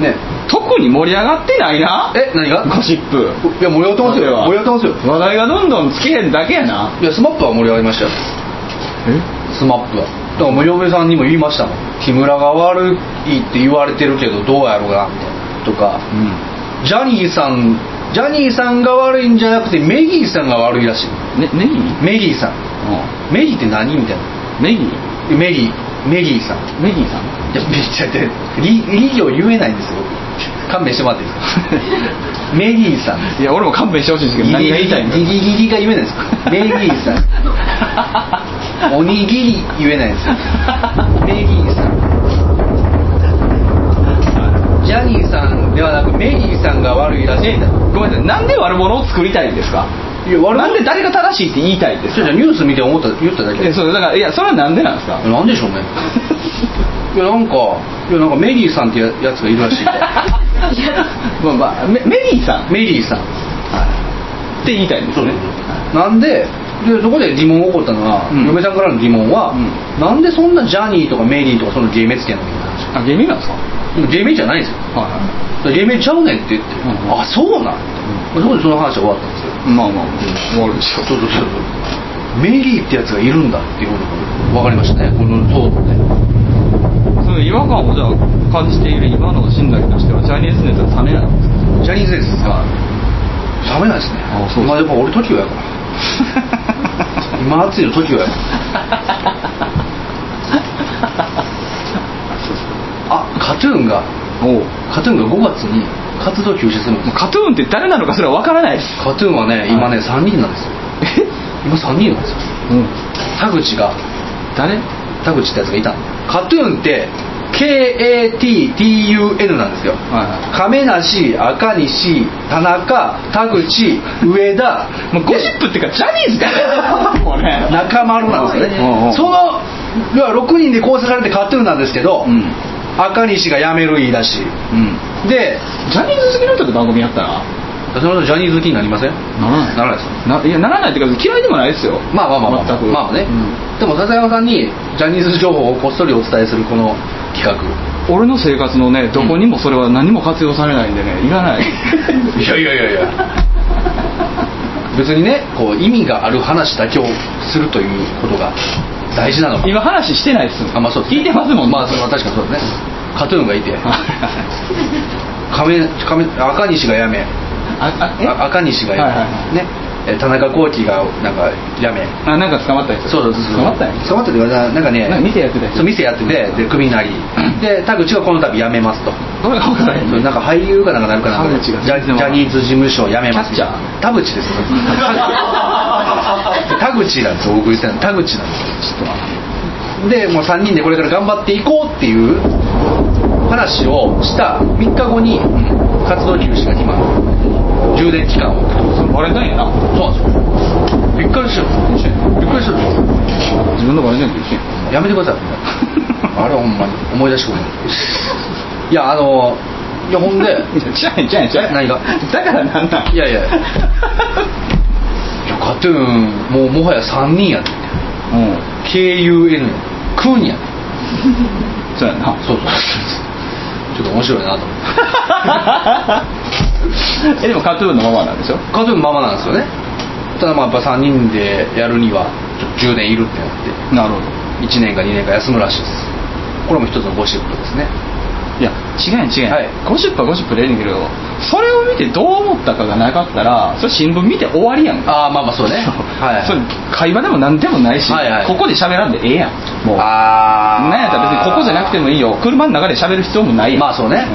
Speaker 2: ーね
Speaker 1: 特に盛り上がってないな
Speaker 2: え何が
Speaker 1: ゴシップ
Speaker 2: いや盛り上がってますよ盛り上がってますよ
Speaker 1: 話題がどんどんつけへんだけやない
Speaker 2: やスマップは盛り上がりましたよスマップはだからもう嫁さんにも言いましたもん木村が悪いって言われてるけどどうやろうなみたいなとか
Speaker 1: うん
Speaker 2: ジャニーさんジャニーさんが悪いんじゃなくてメギーさんが悪いらしい
Speaker 1: ねネギう
Speaker 2: メギーさん
Speaker 1: ん
Speaker 2: メギーって何みたいな
Speaker 1: ネギ
Speaker 2: メギーメギーさん
Speaker 1: ネギさん
Speaker 2: いやめっちゃで理理由言えないんですよ勘弁してもらっていいですかメギーさんです
Speaker 1: いや俺も勘弁してほしい
Speaker 2: [LAUGHS]
Speaker 1: んですけど何が言いたいの
Speaker 2: ギリギリが言えないですかメギーさんおにぎり言えないですメギーさんジャニーさんではなくメギーさんが悪いらしい
Speaker 1: え
Speaker 2: んだ
Speaker 1: ごめんなさいなんで悪者を作りたいんですか
Speaker 2: いや悪
Speaker 1: なん
Speaker 2: 者
Speaker 1: で誰が正しいって言いたいんです
Speaker 2: じゃ
Speaker 1: か
Speaker 2: あニュース見て思った言っただけ
Speaker 1: えそうだからいやそれはなんでなんですか
Speaker 2: なんでしょうねいやなんかいやなんかメリーさんってややつがいるら [LAUGHS] しい
Speaker 1: まあまあメメリーさんっ
Speaker 2: メリーさん
Speaker 1: て言いたいんですね
Speaker 2: なんででそこで疑問が起こったのは、
Speaker 1: うん
Speaker 2: 嫁さんからの疑問は、
Speaker 1: う
Speaker 2: なんでそんなジャニーとかメリーとかその芸名つけんのみたいな話
Speaker 1: あ芸名なんですか
Speaker 2: でも芸名じゃないですよ
Speaker 1: はいはい
Speaker 2: 芸名ちゃうねんって言って、
Speaker 1: うんうん
Speaker 2: あそうなんって、そこでその話は終わったんですよ
Speaker 1: まあまあ終わるでしょ
Speaker 2: そうそうそうそうメリーってやつがいるんだっていうことが分かりましたねこの騒動で
Speaker 1: その違和感をじゃあ感じている今の新崎としてはジャニーズ熱は冷めないんですか
Speaker 2: ジャ
Speaker 1: [LAUGHS]
Speaker 2: ニーズですか冷めないですね
Speaker 1: あそうで
Speaker 2: まあや
Speaker 1: すか
Speaker 2: っぱ俺 TOKIO やから今熱いの TOKIO やからあ KAT−TUN が
Speaker 1: おう
Speaker 2: KAT−TUN が5月に活動休止するんです
Speaker 1: カトゥーンって誰なのかすらわからないです
Speaker 2: KAT−TUN はね今ね3人なんですよ今3人なんですよ
Speaker 1: うん
Speaker 2: 田口が
Speaker 1: 誰
Speaker 2: 田口ってやつがいたの KAT−TUN って KATTUN なんですよ
Speaker 1: は
Speaker 2: 亀梨赤西田中田口上田
Speaker 1: いもうゴシップっていうかジャニーズか [LAUGHS] もうね
Speaker 2: [LAUGHS] 中丸なんですよね、
Speaker 1: うんうん
Speaker 2: その要は6人で構成されて KAT−TUN なんですけど、
Speaker 1: うん
Speaker 2: 赤西が辞める言い出し
Speaker 1: うん
Speaker 2: で
Speaker 1: ジャニーズ好きの人って番組やったら
Speaker 2: その人ジャニーズ好きになりません
Speaker 1: な
Speaker 2: な
Speaker 1: ら
Speaker 2: らないですよ
Speaker 1: ないやならないっていうか嫌いでもないですよ
Speaker 2: まあまあまあまあ
Speaker 1: 全く
Speaker 2: まあね、
Speaker 1: う
Speaker 2: で
Speaker 1: ん
Speaker 2: も笹山さんにジャニーズ情報をこっそりお伝えするこの企画
Speaker 1: 俺の生活のねどこにもそれは何も活用されないんでねいら [LAUGHS] ない
Speaker 2: いやいやいやいや別にねこう意味がある話だけをするということが大事なのかな
Speaker 1: 今話してないです
Speaker 2: あまあそうですね
Speaker 1: 聞いてますもんね
Speaker 2: まあそれは確かにそうですねカトゥーンがいて
Speaker 1: [LAUGHS]
Speaker 2: 亀亀赤西がやめ
Speaker 1: ああえ
Speaker 2: あ赤西がやめ、
Speaker 1: はいはいは
Speaker 2: ねえ田中幸喜がなんかやめ
Speaker 1: あなんか捕まったやつ
Speaker 2: そうそうそう
Speaker 1: 捕まったやつ
Speaker 2: 捕まったって言われたなんかね
Speaker 1: なんか店やってたやつ
Speaker 2: そう店やっててでクビに
Speaker 1: [CLEARS THROAT]
Speaker 2: なりで田口がこの度やめますと
Speaker 1: どれが分からへん
Speaker 2: そうなんか俳優かなんかなるかな
Speaker 1: 田口が
Speaker 2: ジャジャニーズ事務所を辞めます
Speaker 1: キャッチャー
Speaker 2: 田口 [LAUGHS] です田口なんですよ僕言ってたの田口なんですよ
Speaker 1: ちょっと待って
Speaker 2: でもう3人でこれから頑張っていこうっていう話をした3日後に活動休止が決まる充電期間を
Speaker 1: それバレンタインやな
Speaker 2: そうなんですよびっくりしたびっくりした
Speaker 1: 自分のバレンタインと一緒
Speaker 2: や
Speaker 1: や
Speaker 2: めてく [LAUGHS] ださいあれほんまに思い出してくれいやあのいやほんで
Speaker 1: んちゃうやんちゃうやんちゃうやん
Speaker 2: 何が
Speaker 1: だからなんなん
Speaker 2: いやいやいやカトゥーンもうもはや3人やで
Speaker 1: うん
Speaker 2: KUN クーンやで
Speaker 1: そうやな
Speaker 2: そうそうちょっと面白いなと思って
Speaker 1: えでもカトゥーンのままなんでしょ
Speaker 2: カトゥーンのままなんですよねただまあやっぱ3人でやるにはちょっと10年いるってなって
Speaker 1: なるほど
Speaker 2: 1年か2年か休むらしいですこれも一つのゴシップですね
Speaker 1: いや違うやん違うやん、
Speaker 2: はい
Speaker 1: ゴシップはゴシップでええねんけどそれを見てどう思ったかがなかったらそれ新聞見て終わりやんか
Speaker 2: ああまあまあそうねはい
Speaker 1: それ会話でも何でもないし、
Speaker 2: はいはい
Speaker 1: ここで喋らんでええやんもう
Speaker 2: ああ
Speaker 1: なんやったら別にここじゃなくてもいいよ車の中で喋る必要もないやん
Speaker 2: まあそうね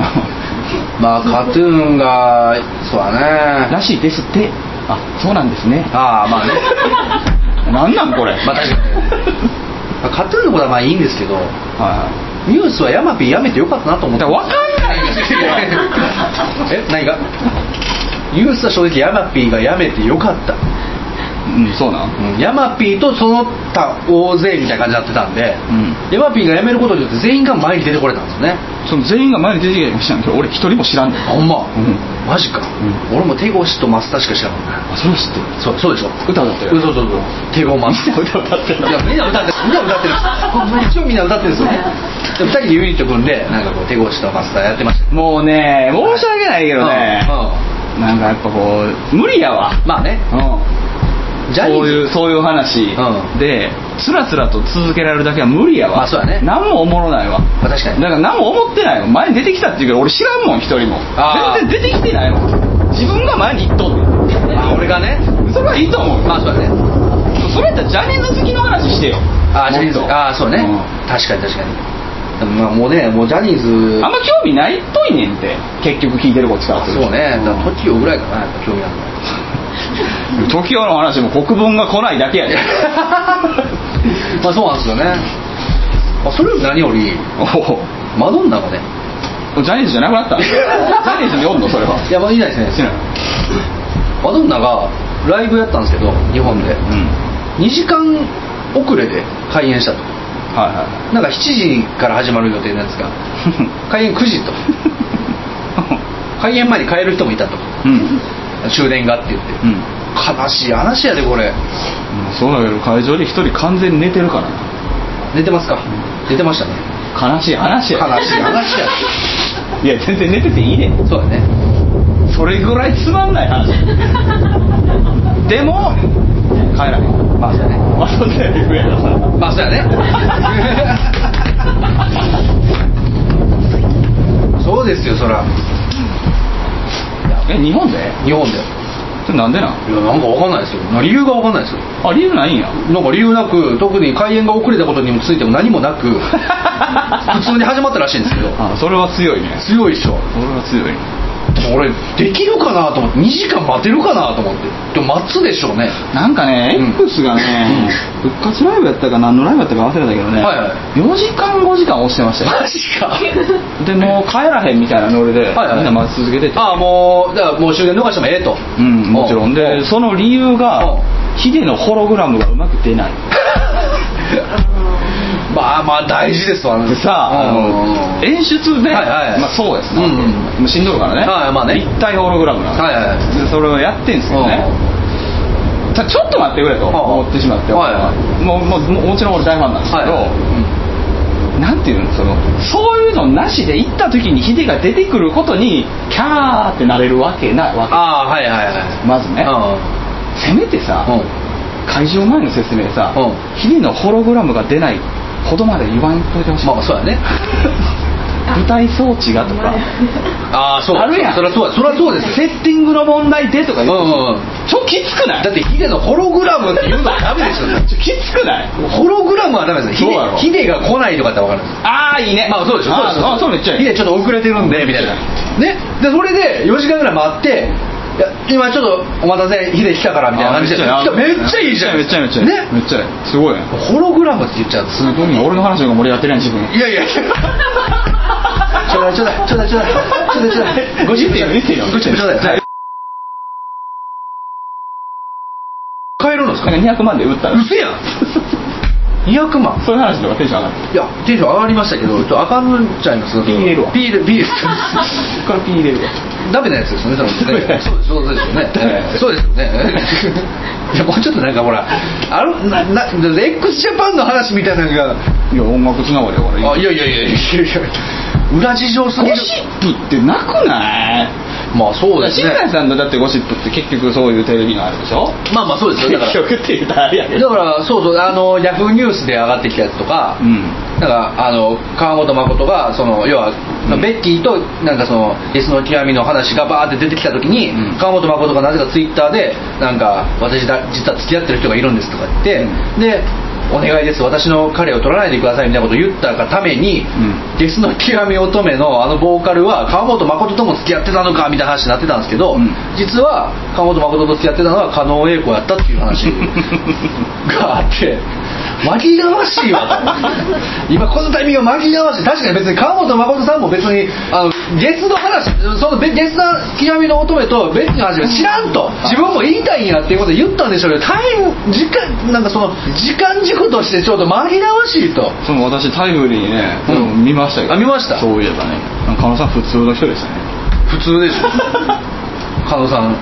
Speaker 2: まあカトゥーンがそうだね
Speaker 1: [LAUGHS] らしいですってあそうなんですね
Speaker 2: ああまあね
Speaker 1: なんなんこれ
Speaker 2: [LAUGHS] まあ確か
Speaker 1: [LAUGHS]
Speaker 2: にカットゥーンのことはまあいいんですけど
Speaker 1: はい
Speaker 2: ニュースはヤマピーやめてよかったなと思って
Speaker 1: だから分かんないんですよ
Speaker 2: え何がニュースは正直ヤマピーがやめてよかった
Speaker 1: うんそうなん
Speaker 2: うんヤマピーとその他大勢みたいな感じになってたんで、
Speaker 1: うん
Speaker 2: ヤマピーが辞めることによって全員が前に出てこれたんですよね
Speaker 1: その全員が前に出てきましたんだけど俺一人も知らんねん
Speaker 2: あほんま、
Speaker 1: うん
Speaker 2: マジか、
Speaker 1: う
Speaker 2: 俺も手越とマスタしか知らない
Speaker 1: あそれは知ってる
Speaker 2: そうそうでしょ
Speaker 1: 歌歌ってる
Speaker 2: うんそうそうそう手越マスタ歌歌ってるいやみんな歌ってるみんな歌ってるほんまに一応みんな歌ってるんですよねで二人でユニット組んでなんかこう手越とマスタやってましたけ
Speaker 1: もうね申し訳ないけど
Speaker 2: ど
Speaker 1: ね、なんかやっぱこう無理やわ
Speaker 2: まあね
Speaker 1: うん
Speaker 2: ジャニーズ
Speaker 1: そういうそういう話
Speaker 2: うん
Speaker 1: でつらつらと続けられるだけは無理やわ
Speaker 2: まあそうやね
Speaker 1: 何もおもろないわ
Speaker 2: まあ確か
Speaker 1: だ
Speaker 2: に
Speaker 1: から何も思ってないの前に出てきたって言うけど俺知らんもん一人も
Speaker 2: あー
Speaker 1: 全然出てきてないもん自分が前に行っとんね
Speaker 2: あ俺がね
Speaker 1: んそれはいいと思うよ
Speaker 2: まあそうだね
Speaker 1: それやったらジャニーズ好きの話してよ
Speaker 2: あージャニーズ
Speaker 1: もっと
Speaker 2: ああそうね、
Speaker 1: ん
Speaker 2: 確かに確かにでもまあもうねもうジャニーズ
Speaker 1: あんま興味ないっぽいねんって結局聞いてるこっちからす
Speaker 2: そう
Speaker 1: ると
Speaker 2: ね
Speaker 1: ん
Speaker 2: だから TOKIO ぐらいかなやっぱ興味ある
Speaker 1: [LAUGHS]
Speaker 2: の
Speaker 1: 時代の話も国分が来ないだ
Speaker 2: [LAUGHS]
Speaker 1: けやで
Speaker 2: まあそうなんですよね、まあ、それより何より
Speaker 1: おお
Speaker 2: マドンナがね
Speaker 1: ジャニーズじゃなくなった
Speaker 2: [LAUGHS]
Speaker 1: ジャニーズにおんのそれはい
Speaker 2: やまあいないです
Speaker 1: 知
Speaker 2: ね
Speaker 1: らん
Speaker 2: マドンナがライブやったんですけど日本で
Speaker 1: うん
Speaker 2: 2時間遅れで開演したと
Speaker 1: はいは
Speaker 2: なんか7時から始まる予定のやつ [LAUGHS] が開演9時と開演前に帰る人もいたと
Speaker 1: いうん
Speaker 2: 終電がって言って、
Speaker 1: うん
Speaker 2: 悲しい話やでこれ
Speaker 1: そうだけど会場で一人完全に寝てるからな
Speaker 2: 寝てますか寝てましたね
Speaker 1: 悲しい
Speaker 2: 悲しい
Speaker 1: 話や
Speaker 2: 話や
Speaker 1: いや全然寝てていいねん
Speaker 2: そうだね
Speaker 1: それぐらいつまんな
Speaker 2: [LAUGHS]
Speaker 1: い話でも帰らへん
Speaker 2: まあそうだね
Speaker 1: 遊んでる上田さん
Speaker 2: まあそうや [LAUGHS] ねそうですよそら
Speaker 1: え日本で
Speaker 2: 日本で
Speaker 1: それなんでなん
Speaker 2: いやなんかわかんないですよな理由がわかんないですよ
Speaker 1: あ理由ないんや
Speaker 2: なんか理由なく特に開演が遅れたことについても何もな
Speaker 1: [LAUGHS]
Speaker 2: く普通に始まったらしいんですけど
Speaker 1: あそれは強いね
Speaker 2: 強いっしょ
Speaker 1: それは強いね
Speaker 2: 俺できるかなと思って2時間待てるかなと思ってでも待つでしょうね
Speaker 1: なんかね、
Speaker 2: うん
Speaker 1: X がね、復活ライブやったか何のライブやったか忘れたけどね、
Speaker 2: はいはい
Speaker 1: 4時間5時間押してましたよ
Speaker 2: マジか
Speaker 1: でもう帰らへんみたいなノリで、
Speaker 2: はいはい
Speaker 1: みんな待ち続けてて
Speaker 2: [LAUGHS] ああもうだからもう終電逃してもええと
Speaker 1: うんもちろん
Speaker 2: う
Speaker 1: でその理由が
Speaker 2: うん
Speaker 1: ヒデのホログラムがうまく出ない
Speaker 2: まあまあ大事ですわね
Speaker 1: でさあの演出で、
Speaker 2: はいはい
Speaker 1: まあ、そうですね、
Speaker 2: うんうん
Speaker 1: もうしんどるからね,、
Speaker 2: はいまあね
Speaker 1: 立体ホログラムなんで,、
Speaker 2: はいはいはい
Speaker 1: でそれをやってんすけどねただちょっと待ってくれと
Speaker 2: うん
Speaker 1: 思ってしまって、
Speaker 2: はいはい
Speaker 1: もうもうもうもちろん俺大ファンなんですけど、なんていうのそのそういうのなしで行った時にヒデが出てくることにキャーってなれるわけないわけ
Speaker 2: ああはいはいはい
Speaker 1: まずね、せめてさ、
Speaker 2: うん
Speaker 1: 会場前の説明でさ、
Speaker 2: うん
Speaker 1: ヒデのホログラムが出ないほどまで言わんといてほしい、
Speaker 2: まあそうやね
Speaker 1: [LAUGHS] 舞台装置がとか
Speaker 2: ああそう
Speaker 1: あるやん
Speaker 2: そりゃそうやそりゃそうです
Speaker 1: セ
Speaker 2: よ
Speaker 1: ッティングの問題でとか
Speaker 2: うん
Speaker 1: 言って、
Speaker 2: うんうん
Speaker 1: ちょきつくない
Speaker 2: だってヒデのホログラムって言うのはダメでしょ
Speaker 1: ちょきつくない
Speaker 2: ホログラムはダメです
Speaker 1: そうや
Speaker 2: ね
Speaker 1: ろ
Speaker 2: ヒデヒデが来ないとかって分かるんです
Speaker 1: ああいいね
Speaker 2: まあそうでしょ
Speaker 1: あーあーそうめっちゃいい
Speaker 2: ヒデちょっと遅れてるんでみたいなねでそれで4時間ぐらい待っていや今ちょっとお待たせヒデ来たからみたいな感じで
Speaker 1: あー
Speaker 2: めっちゃいいじゃん
Speaker 1: めっちゃいいめっちゃいいめっちゃいい
Speaker 2: ね
Speaker 1: めっちゃいいすごいね
Speaker 2: ホログラムって言っちゃうんです
Speaker 1: すごいね俺の話の方が盛り上がってるやん自分
Speaker 2: いやいや。ちょうだいちょうだいちょうだいちょうだいちょうだいちょうだい。ご
Speaker 1: 見てよ見てよ
Speaker 2: ごちょうだい。はい買えるんですか。
Speaker 1: なんか200万で売ったら
Speaker 2: うせやん。二百万。
Speaker 1: そういう話とかテンション上がる
Speaker 2: いやテンション上がりましたけど、ちょっとあかんちゃいます。
Speaker 1: ピー入れるわ
Speaker 2: ピー入れピー入れ
Speaker 1: これピン入れるわ
Speaker 2: ダメなやつですよね。多分ねそうですそうですよね
Speaker 1: ダメなや。つ
Speaker 2: そうですよね。いやもうちょっとなんかほら、あるなな X ジャパンの話みたいなのが。
Speaker 1: いや音楽つながりだから
Speaker 2: あいやいやいやいやいや裏事情すぎる
Speaker 1: ゴシップってなくない
Speaker 2: まあそうです
Speaker 1: 新海
Speaker 2: ね
Speaker 1: さんのだってゴシップって結局そういうテレビのあるでしょ
Speaker 2: まあまあそうですよだか
Speaker 1: [LAUGHS]
Speaker 2: ら
Speaker 1: 局って言うとあれや [LAUGHS]
Speaker 2: だからそうそうあのヤフーニュースで上がってきたやつとか、
Speaker 1: うん
Speaker 2: なんかあの川本誠がその要は、
Speaker 1: うん
Speaker 2: ベッキーとなんかその「リスの極み」の話がバーって出てきた時に、
Speaker 1: うん
Speaker 2: 川本誠がなぜかツイッターでなんか私だ実は付き合ってる人がいるんですとか言って、
Speaker 1: う
Speaker 2: でお願いです私の彼を取らないでくださいみたいなことを言ったがために、
Speaker 1: ん
Speaker 2: ゲスの極み乙女のあのボーカルは川本誠とも付き合ってたのかみたいな話になってたんですけど、
Speaker 1: うん
Speaker 2: 実は川本誠と付き合ってたのは加納英子やったっていう話があって紛らわしいわと今このタイミングが紛らわしい確かに別に川本誠さんも別にあのゲスの話そのべゲスの極みの乙女と別の話は知らんと自分も言いたいんやっていうことを言ったんでしょうけどタイム時間なんかその時間軸としてちょっと紛らわしいと
Speaker 1: その私タイムリーにね、
Speaker 2: うん
Speaker 1: でも見ましたよ
Speaker 2: あ見ました
Speaker 1: そういえばね狩野さん普通の人ですね
Speaker 2: 普通でしょ加納さん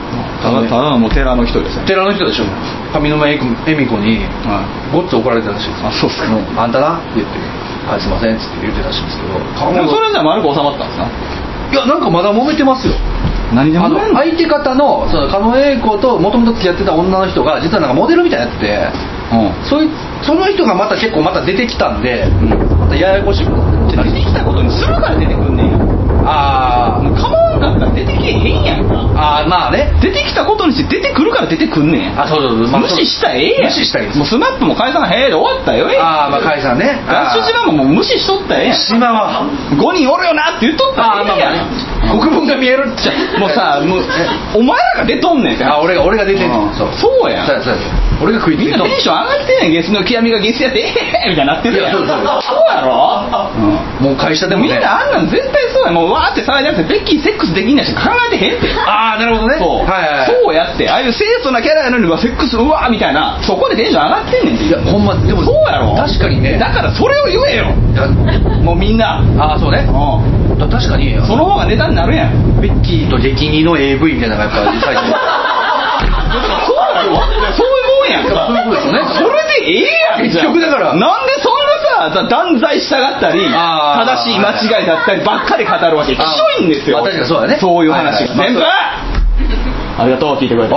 Speaker 1: ただただのもう寺の人ですね
Speaker 2: 寺の人でしょ上沼恵美子に
Speaker 1: はい
Speaker 2: ごっつ怒られてたらしいです
Speaker 1: あそうっすか
Speaker 2: んあんたなって言って「はいすいません」っつって言ってたらしいんですけど
Speaker 1: それじゃ丸く収まったんですか
Speaker 2: いやなんかまだ揉めてますよ
Speaker 1: 何で
Speaker 2: あ
Speaker 1: も
Speaker 2: の
Speaker 1: ない
Speaker 2: 相手方のその狩野英孝ともともと付き合ってた女の人が実はなんかモデルみたいになっててそいその人がまた結構また出てきたんで、またややこしいことになって
Speaker 1: 出てきたことにするから出てくんねん
Speaker 2: あ
Speaker 1: もう構わんかったら出てけえへんやん
Speaker 2: あ
Speaker 1: か
Speaker 2: ああまあね
Speaker 1: 出てきたことにして出てくるから出てくんねん
Speaker 2: あそうそうそう、まあ
Speaker 1: 無視したらええやん
Speaker 2: 無視したらええ
Speaker 1: もうスマップも解散へえで終わったらよええやん
Speaker 2: ああまあ解散ね
Speaker 1: ダッシュ島ももう無視しとったらええやん
Speaker 2: 島は
Speaker 1: 5人おるよなって言っとったらええや
Speaker 2: あ
Speaker 1: ん
Speaker 2: ーまあまあね国分が見えるっちゃ
Speaker 1: もうさもうお前らが出とんねんって
Speaker 2: あ俺が俺が出てん
Speaker 1: うん
Speaker 2: そう
Speaker 1: そうやん
Speaker 2: そうやそうや俺が食いつ
Speaker 1: みん
Speaker 2: いて
Speaker 1: な
Speaker 2: ん
Speaker 1: テンション上がってんねんゲスの極みがゲスやってええみたいになってるや
Speaker 2: い
Speaker 1: ん
Speaker 2: やそうそう
Speaker 1: やろ、
Speaker 2: もう会社でも
Speaker 1: みん
Speaker 2: ね
Speaker 1: なあんなん絶対そうやんもうわーって騒いじゃなくてベッキーセックスできんやし考えてへんって
Speaker 2: ああなるほどね
Speaker 1: そう,、
Speaker 2: はいはいはい
Speaker 1: そうやってああいう清楚なキャラやのにうわセックスうわーみたいなそこでテンション上がってんねんて
Speaker 2: いやほんまでも
Speaker 1: そうやろ
Speaker 2: 確かにね
Speaker 1: だからそれを言えよ
Speaker 2: いや
Speaker 1: もうみんな
Speaker 2: ああそうね
Speaker 1: うん
Speaker 2: だ確かに
Speaker 1: その方がネタになるやん
Speaker 2: ベッキーと激似の AV みたいなのがやっぱり最
Speaker 1: [LAUGHS]
Speaker 2: 近
Speaker 1: そうやろそういうもんやんか
Speaker 2: そういうことですよね
Speaker 1: それでええやんじゃ
Speaker 2: 結
Speaker 1: あ
Speaker 2: 局だから
Speaker 1: なんでそんなさ断罪したがったり
Speaker 2: あー
Speaker 1: 正しい間違いだったりばっかり語るわけきし
Speaker 2: あー
Speaker 1: ょいんですよ
Speaker 2: まあ確かにそうだね
Speaker 1: そういう話が
Speaker 2: はいはい
Speaker 1: 全部ありがとう聞いてくれて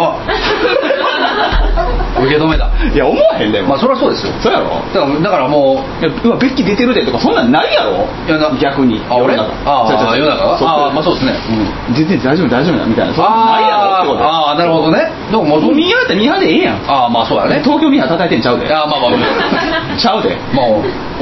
Speaker 2: あ受け止めた
Speaker 1: いや思わへんでも
Speaker 2: まあそりゃそうですよ
Speaker 1: そうやろ
Speaker 2: だからだからもう
Speaker 1: いやうわベッキー出てるでとかそんなんないやろ
Speaker 2: いやな
Speaker 1: 逆に
Speaker 2: あ俺
Speaker 1: 世の中
Speaker 2: あー
Speaker 1: 違う違う
Speaker 2: 世の
Speaker 1: 違
Speaker 2: 中は
Speaker 1: そ
Speaker 2: あーまあそうですね
Speaker 1: うん全然大丈夫大丈夫だみたいなそんなんないやろってこと
Speaker 2: あーあーなるほどねでももう
Speaker 1: もうミーハーってミーハーでええやん
Speaker 2: ああまあそうだね
Speaker 1: 東京ミーハー叩いてんちゃうで
Speaker 2: あーまあまあま
Speaker 1: ちゃうで
Speaker 2: まあ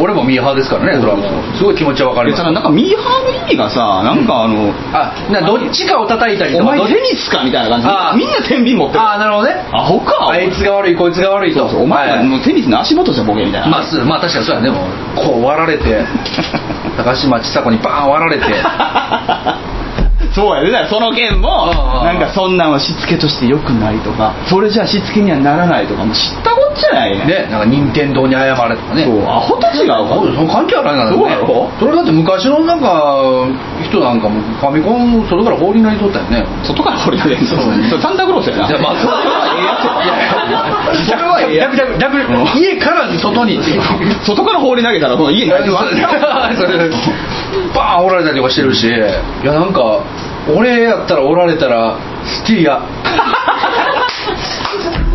Speaker 2: 俺もミーハーですからねそれはもうすごい気持ちはわか
Speaker 1: い
Speaker 2: り
Speaker 1: や
Speaker 2: ま
Speaker 1: だ
Speaker 2: す
Speaker 1: からなんかミーハーの意味がさなんかあの、
Speaker 2: あなどっちかを叩いたりとか
Speaker 1: お前
Speaker 2: どっち
Speaker 1: テニスかみたいな感じで
Speaker 2: あー
Speaker 1: みんな天秤持ってる
Speaker 2: ああなるほどね
Speaker 1: アホか
Speaker 2: あいつが悪いこいつが悪いと
Speaker 1: お前
Speaker 2: は
Speaker 1: ら
Speaker 2: い
Speaker 1: もうテニスの足元じゃボケみたいな、
Speaker 2: まあすまあ確かにそうやねもうこう割られ [LAUGHS] て高島ちさ子にバーン割ら [LAUGHS] れて
Speaker 1: そうやでだからその件も
Speaker 2: うんうん
Speaker 1: なんかそんなんはしつけとしてよくないとかそれじゃしつけにはならないとかもう知ったこっちゃないね
Speaker 2: ねなんか任天堂に謝れとかね
Speaker 1: そうアホと違うか
Speaker 2: そうその関係あらないからね
Speaker 1: そうやろ
Speaker 2: それだって昔のなんか人なんかもファミコンそれから放り投げとったよね
Speaker 1: 外から掘り投げるそ
Speaker 2: そう
Speaker 1: れサンタクロースやない
Speaker 2: やまあそれはええやつや [LAUGHS] それはええやつ
Speaker 1: うん
Speaker 2: 家から外に
Speaker 1: 外から放り投げたらこの家に帰ってくる
Speaker 2: [LAUGHS] それバーンおられたりとかしてるしいやなんか俺やったらおられたらスティア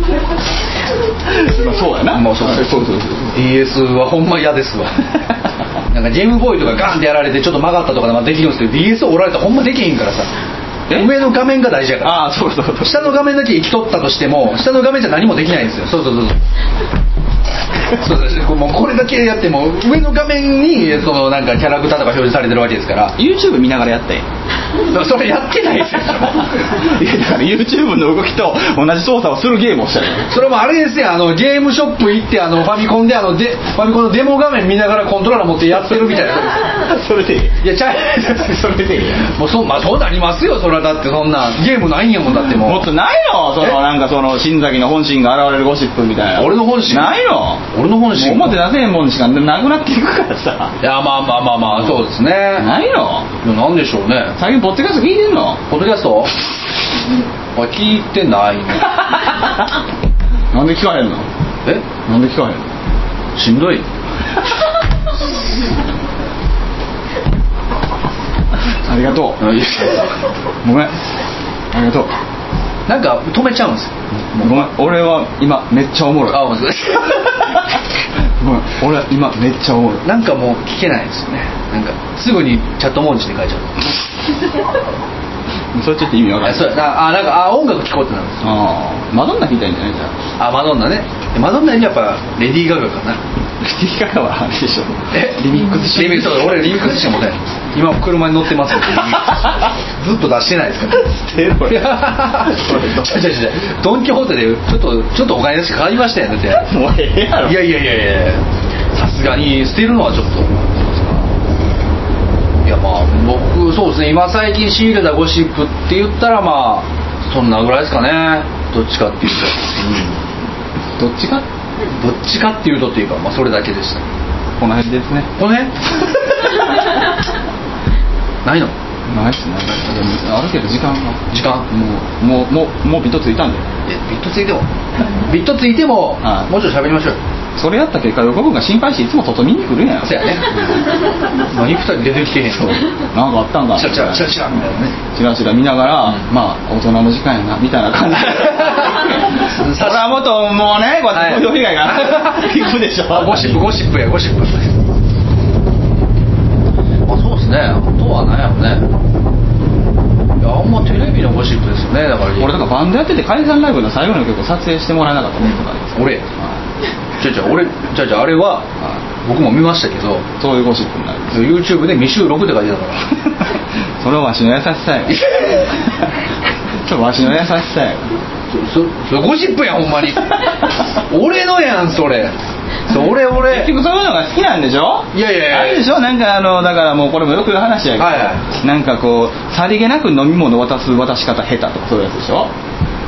Speaker 1: まあそうやな
Speaker 2: まあそうや
Speaker 1: そうそうそう
Speaker 2: DS はほんま嫌
Speaker 1: [LAUGHS]
Speaker 2: ですわなんかゲームボーイとかガンってやられてちょっと曲がったとかでもできるんですけど DS 折られたらほんまできへんからさ
Speaker 1: え
Speaker 2: 上の画面が大事やから
Speaker 1: ああそうそうそう
Speaker 2: 下の画面だけ生きとったとしても下の画面じゃ何もできないんですよそうそうそうそうそうそうもうこれだけやっても上の画面にそのなんかキャラクターとか表示されてるわけですから
Speaker 1: YouTube 見ながらやって
Speaker 2: それやってないですよ
Speaker 1: いやだから YouTube の動きと同じ操作をするゲームをしたらいい
Speaker 2: それもあれですよあのゲームショップ行ってあのファミコンであのでファミコンのデモ画面見ながらコントローラー持ってやってるみたいな
Speaker 1: それでいい
Speaker 2: いやちゃう
Speaker 1: それでいい
Speaker 2: もうそ,、まあ、そうなりますよそれはだってそんなゲームないんやもんだってもう
Speaker 1: もっとないよそ
Speaker 2: え
Speaker 1: のなんかその新崎の本心が現れるゴシップみたいな
Speaker 2: 俺の本心
Speaker 1: ないよ
Speaker 2: 俺の本
Speaker 1: もう
Speaker 2: 心
Speaker 1: 表出せへんもんしかなくなっていくからさ
Speaker 2: いやまあまあまあまあそうですね
Speaker 1: ないいよ
Speaker 2: やなんでしょうね
Speaker 1: 最近ポッドキャスト聞いてんの
Speaker 2: ポッドキャストあ聞いてないね
Speaker 1: なんで聞かへんの
Speaker 2: [LAUGHS] え
Speaker 1: なんで聞かへんの
Speaker 2: しんどい
Speaker 1: ありがとうごめんありがとう
Speaker 2: なんか止めちゃうんですよ
Speaker 1: ごめん俺は今めっちゃおもろい
Speaker 2: あ面白い
Speaker 1: ごめん俺は今めっちゃおもろい
Speaker 2: なんかもう聞けないですよねなんかすぐにチャット文字で書いちゃう
Speaker 1: それちょっと意味わかん
Speaker 2: あ
Speaker 1: ない
Speaker 2: そうやなあなんかあ音楽聞こうってなるんです
Speaker 1: [LAUGHS] ああマドンナ弾いたいんじゃないじゃ
Speaker 2: あマドンナねマドンナよりやっぱレディー・ガガかな
Speaker 1: レディー・ガガはあれでしょ
Speaker 2: えリミックスリミックス俺リミックスしか持てない今も車に乗ってますよ [LAUGHS] ずっと出してないですから
Speaker 1: テロ
Speaker 2: [LAUGHS]
Speaker 1: や
Speaker 2: 違う違う違うドン・キホーテでちょっとちょっとお金出して買いましたよだって
Speaker 1: もうええやろ
Speaker 2: いやいやいやいやさすがに捨てるのはちょっといやまあ僕そうですね今最近仕入れたゴシップって言ったらまあそんなぐらいですかねどっちかっていうと、どっちかどっちかっていうとっていうかまあそれだけでした
Speaker 1: この辺ですね
Speaker 2: この辺 [LAUGHS] ないの
Speaker 1: ないっすねあるけど時間が
Speaker 2: 時間
Speaker 1: もうもうもうもうビットついたんで
Speaker 2: えビットついてもビットついても、
Speaker 1: はい
Speaker 2: もうちょっと喋りましょうよ
Speaker 1: それやった結果横君が心配していつも外見に来るんやん
Speaker 2: そう
Speaker 1: [LAUGHS]
Speaker 2: やね何二人出てきてへんの
Speaker 1: なんかあったんか
Speaker 2: チラチラチラチラみたいなね
Speaker 1: チラチラ見ながら、まあ大人の時間やなみたいな感じそれはもっともうねこうやって風評被害が行くでしょ
Speaker 2: あゴシップゴシップやゴシップあそうですねあとは何やろねいやあんまテレビのゴシップですよねだから
Speaker 1: 俺だからバンドやってて解散ライブの最後の曲を撮影してもらえなかったことがあります
Speaker 2: 俺じゃじゃ俺じゃじゃあれは僕も見ましたけど
Speaker 1: そういうゴシップになる
Speaker 2: YouTube で未収録って書いてたから
Speaker 1: それはわしの優し
Speaker 2: [LAUGHS]
Speaker 1: さやちょわしの優しさや
Speaker 2: そそそれゴシップやんほんまに俺のやんそれそ俺俺
Speaker 1: 結局そういうのが好きなんでしょ
Speaker 2: いやいやいや
Speaker 1: あれでしょなんかあのだからもうこれもよく言う話やけど、
Speaker 2: はいは
Speaker 1: なんかこうさりげなく飲み物渡す渡し方下手とかそういうやつでしょ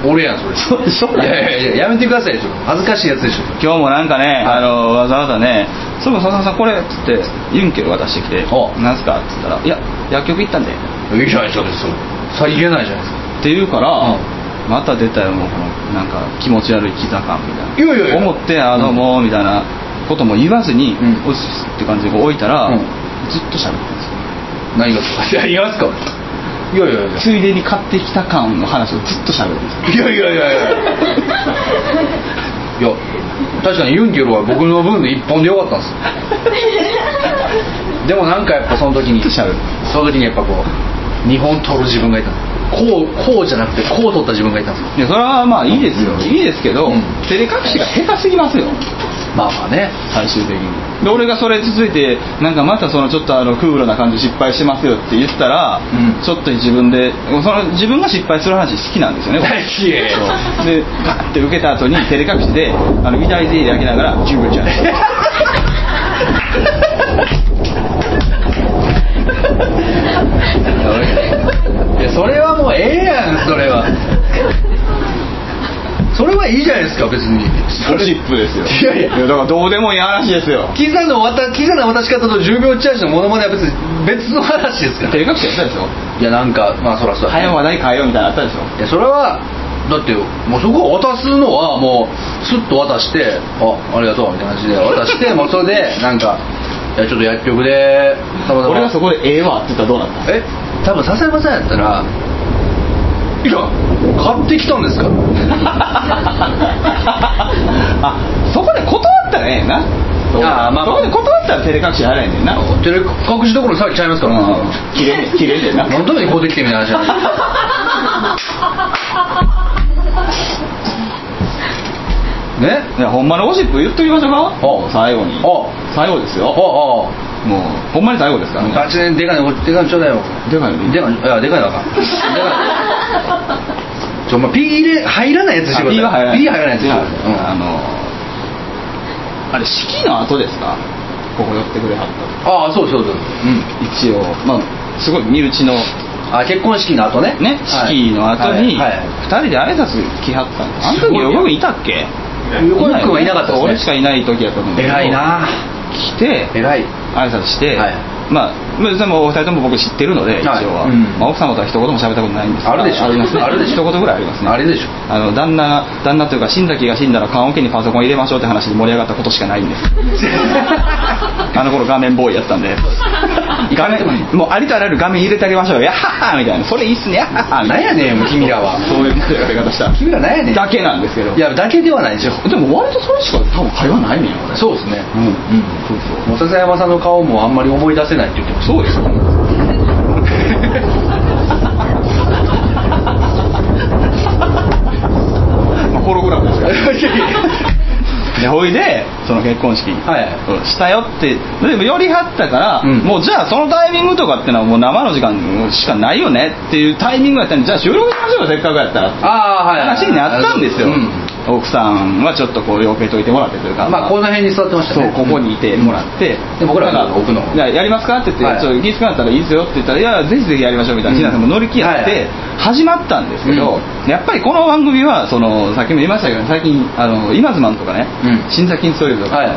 Speaker 2: 俺やんそれ
Speaker 1: そうでしょ
Speaker 2: いやいやいややめてくださいでしょ恥ずかしいやつでしょ
Speaker 1: 今日もなんかね、あのわざわざね「そういえば笹山さんこれ」っつってユンケル渡してきて
Speaker 2: お
Speaker 1: 「なんすか?」っつったら「いや薬局行ったんで」
Speaker 2: いいじゃないですか別にさりげないじゃないですか
Speaker 1: って言うから、
Speaker 2: うん
Speaker 1: また出たよもうこのなんか気持ち悪い生きざ感みたいない
Speaker 2: やいやいや
Speaker 1: 思って「あどうも」みたいなことも言わずに
Speaker 2: うん
Speaker 1: 「おっす」って感じでこう置いたら、
Speaker 2: うん
Speaker 1: ずっと喋ってるんですよ
Speaker 2: 何がですかいやいますかいやいやい
Speaker 1: ついでに買ってきた感の話をずっと喋るんですよ
Speaker 2: やいやいやいやいやいや確かにユンケルは僕の分で一本でよかったんですでもなんかやっぱその時に
Speaker 1: ずっと喋る
Speaker 2: その時にやっぱこう2本取る自分がいたこうこうじゃなくてこう取った自分がいたんです
Speaker 1: いやそれはまあいいですよ、
Speaker 2: うん
Speaker 1: いいですけど、
Speaker 2: うん
Speaker 1: 照れ隠しが下手すぎますよ
Speaker 2: まあまあね
Speaker 1: 最終的にで俺がそれ続いてなんかまたそのちょっとあのクールな感じ失敗してますよって言ったら、
Speaker 2: うん
Speaker 1: ちょっと自分でその自分が失敗する話好きなんですよ [LAUGHS] ね
Speaker 2: いやいや
Speaker 1: そうでガッて受けた後に照れ隠しであの痛い手で開けながら「ジュブちゃん」
Speaker 2: いやそれはもうええやんそれはそれはいいじゃないですか別に
Speaker 1: ゴシップですよ
Speaker 2: いやいや
Speaker 1: いやだからどうでもいい話ですよ
Speaker 2: キザのわたキザな渡し方と10秒チャージのモノマネは別に別の話ですから
Speaker 1: 照れ隠しやったでしょ
Speaker 2: いやなんかまあそらそうだね
Speaker 1: 早い話題変えようみたいなのあったでしょ
Speaker 2: いやそれはだってもうそこは渡すのはもうスッと渡してあありがとうみたいな感じで渡して
Speaker 1: [LAUGHS]
Speaker 2: もうそれでなんかいやちょっと薬局でたまたま
Speaker 1: 俺がそこで「ええわ」って言ったらどうなった
Speaker 2: え多分笹山さんやったら「いや買ってきたんですから」
Speaker 1: [LAUGHS] あそこで断ったらええな
Speaker 2: あーまあまあ
Speaker 1: そこで断ったら照れ隠しやらへんねんな
Speaker 2: 照れ隠しどころの騒ぎちゃいますから、
Speaker 1: 切れん切れんねんな
Speaker 2: 何のためにこうできてみたいな
Speaker 1: [LAUGHS]
Speaker 2: 話なんでね
Speaker 1: いやほんまのゴシップ言っときましょう
Speaker 2: お
Speaker 1: か最後に
Speaker 2: お
Speaker 1: 最後です
Speaker 2: あ
Speaker 1: よ
Speaker 2: あ
Speaker 1: もうほんまに最後ですか
Speaker 2: あ
Speaker 1: ら
Speaker 2: ガ
Speaker 1: ね
Speaker 2: チででかいのでかいのちょうだいよ
Speaker 1: でかいの
Speaker 2: でかいのいやでかいのあかんでかいのちょお前ピー入れ入らないやつしてください
Speaker 1: ピーは入らない
Speaker 2: ピー入らないやつしてくださいうん
Speaker 1: あのあれ式の後ですかここ寄ってくれはった
Speaker 2: ああそうそうそううん
Speaker 1: 一応まあすごい身内の
Speaker 2: あ結婚式の後ね
Speaker 1: ね式の後に
Speaker 2: はいはい
Speaker 1: 2人で挨拶来はったんですあの
Speaker 2: す
Speaker 1: 時
Speaker 2: ごいね
Speaker 1: 横君いたっけ
Speaker 2: 横井君はいなかったですね
Speaker 1: 俺しかいない時やったと思う
Speaker 2: 偉いな
Speaker 1: 来て
Speaker 2: 偉い
Speaker 1: 挨拶して、
Speaker 2: はい
Speaker 1: まあまあでもお二人とも僕知ってるので、
Speaker 2: はい
Speaker 1: 一応は、
Speaker 2: うん
Speaker 1: まあ、奥様とは一言も喋ったことないんですが
Speaker 2: あるでしょ
Speaker 1: ありますね
Speaker 2: あるでしょ
Speaker 1: 一言ぐらいありますね
Speaker 2: あれでしょ
Speaker 1: あの旦那が旦那というか新崎が死んだら棺桶にパソコン入れましょうって話に盛り上がったことしかない
Speaker 2: [LAUGHS]
Speaker 1: んですあの頃画面ボーイやったんで画面もうありとあらゆる画面入れてあげましょうやっはっはみたいなそれいいっすねやっはっはみたいな
Speaker 2: なんやねんもう君らは
Speaker 1: そういう盛り上がり方した
Speaker 2: 君ら何やねん
Speaker 1: だけなんですけど
Speaker 2: いやだけではないでしょ
Speaker 1: でも割とそれしか多分会話ないねん俺
Speaker 2: そうですね
Speaker 1: うん
Speaker 2: うん
Speaker 1: そうそう
Speaker 2: もう笹山さんの顔もあんまり思い出せないって言ってました
Speaker 1: そう
Speaker 2: [LAUGHS]
Speaker 1: ですよ。
Speaker 2: [LAUGHS]
Speaker 1: まあ、ホログラムですから。でほいでその結婚式
Speaker 2: はい
Speaker 1: うんしたよってでもよりはったから、
Speaker 2: うん
Speaker 1: もうじゃあそのタイミングとかってのはもう生の時間しかないよねっていうタイミングやったんでじゃあ収録しましょうよせっかくやったらって
Speaker 2: ああはい
Speaker 1: 話になったんですよ、
Speaker 2: うん
Speaker 1: 奥さんはちょっとこう避けといてもらってというか
Speaker 2: まあこの辺に座ってました
Speaker 1: そう
Speaker 2: ね
Speaker 1: ここにいてもらって、
Speaker 2: で僕らが
Speaker 1: なんか
Speaker 2: 奥の方
Speaker 1: いややりますかって言って、
Speaker 2: はい
Speaker 1: ちょっときつくなったらいいですよって言ったらいやぜひぜひやりましょうみたいな、
Speaker 2: うん
Speaker 1: ひなさんも乗り気やって、
Speaker 2: はい
Speaker 1: 始まったんですけど、やっぱりこの番組はそのさっきも言いましたけど最近あの今妻とかね、
Speaker 2: うん
Speaker 1: 新崎ソイルとか、
Speaker 2: はい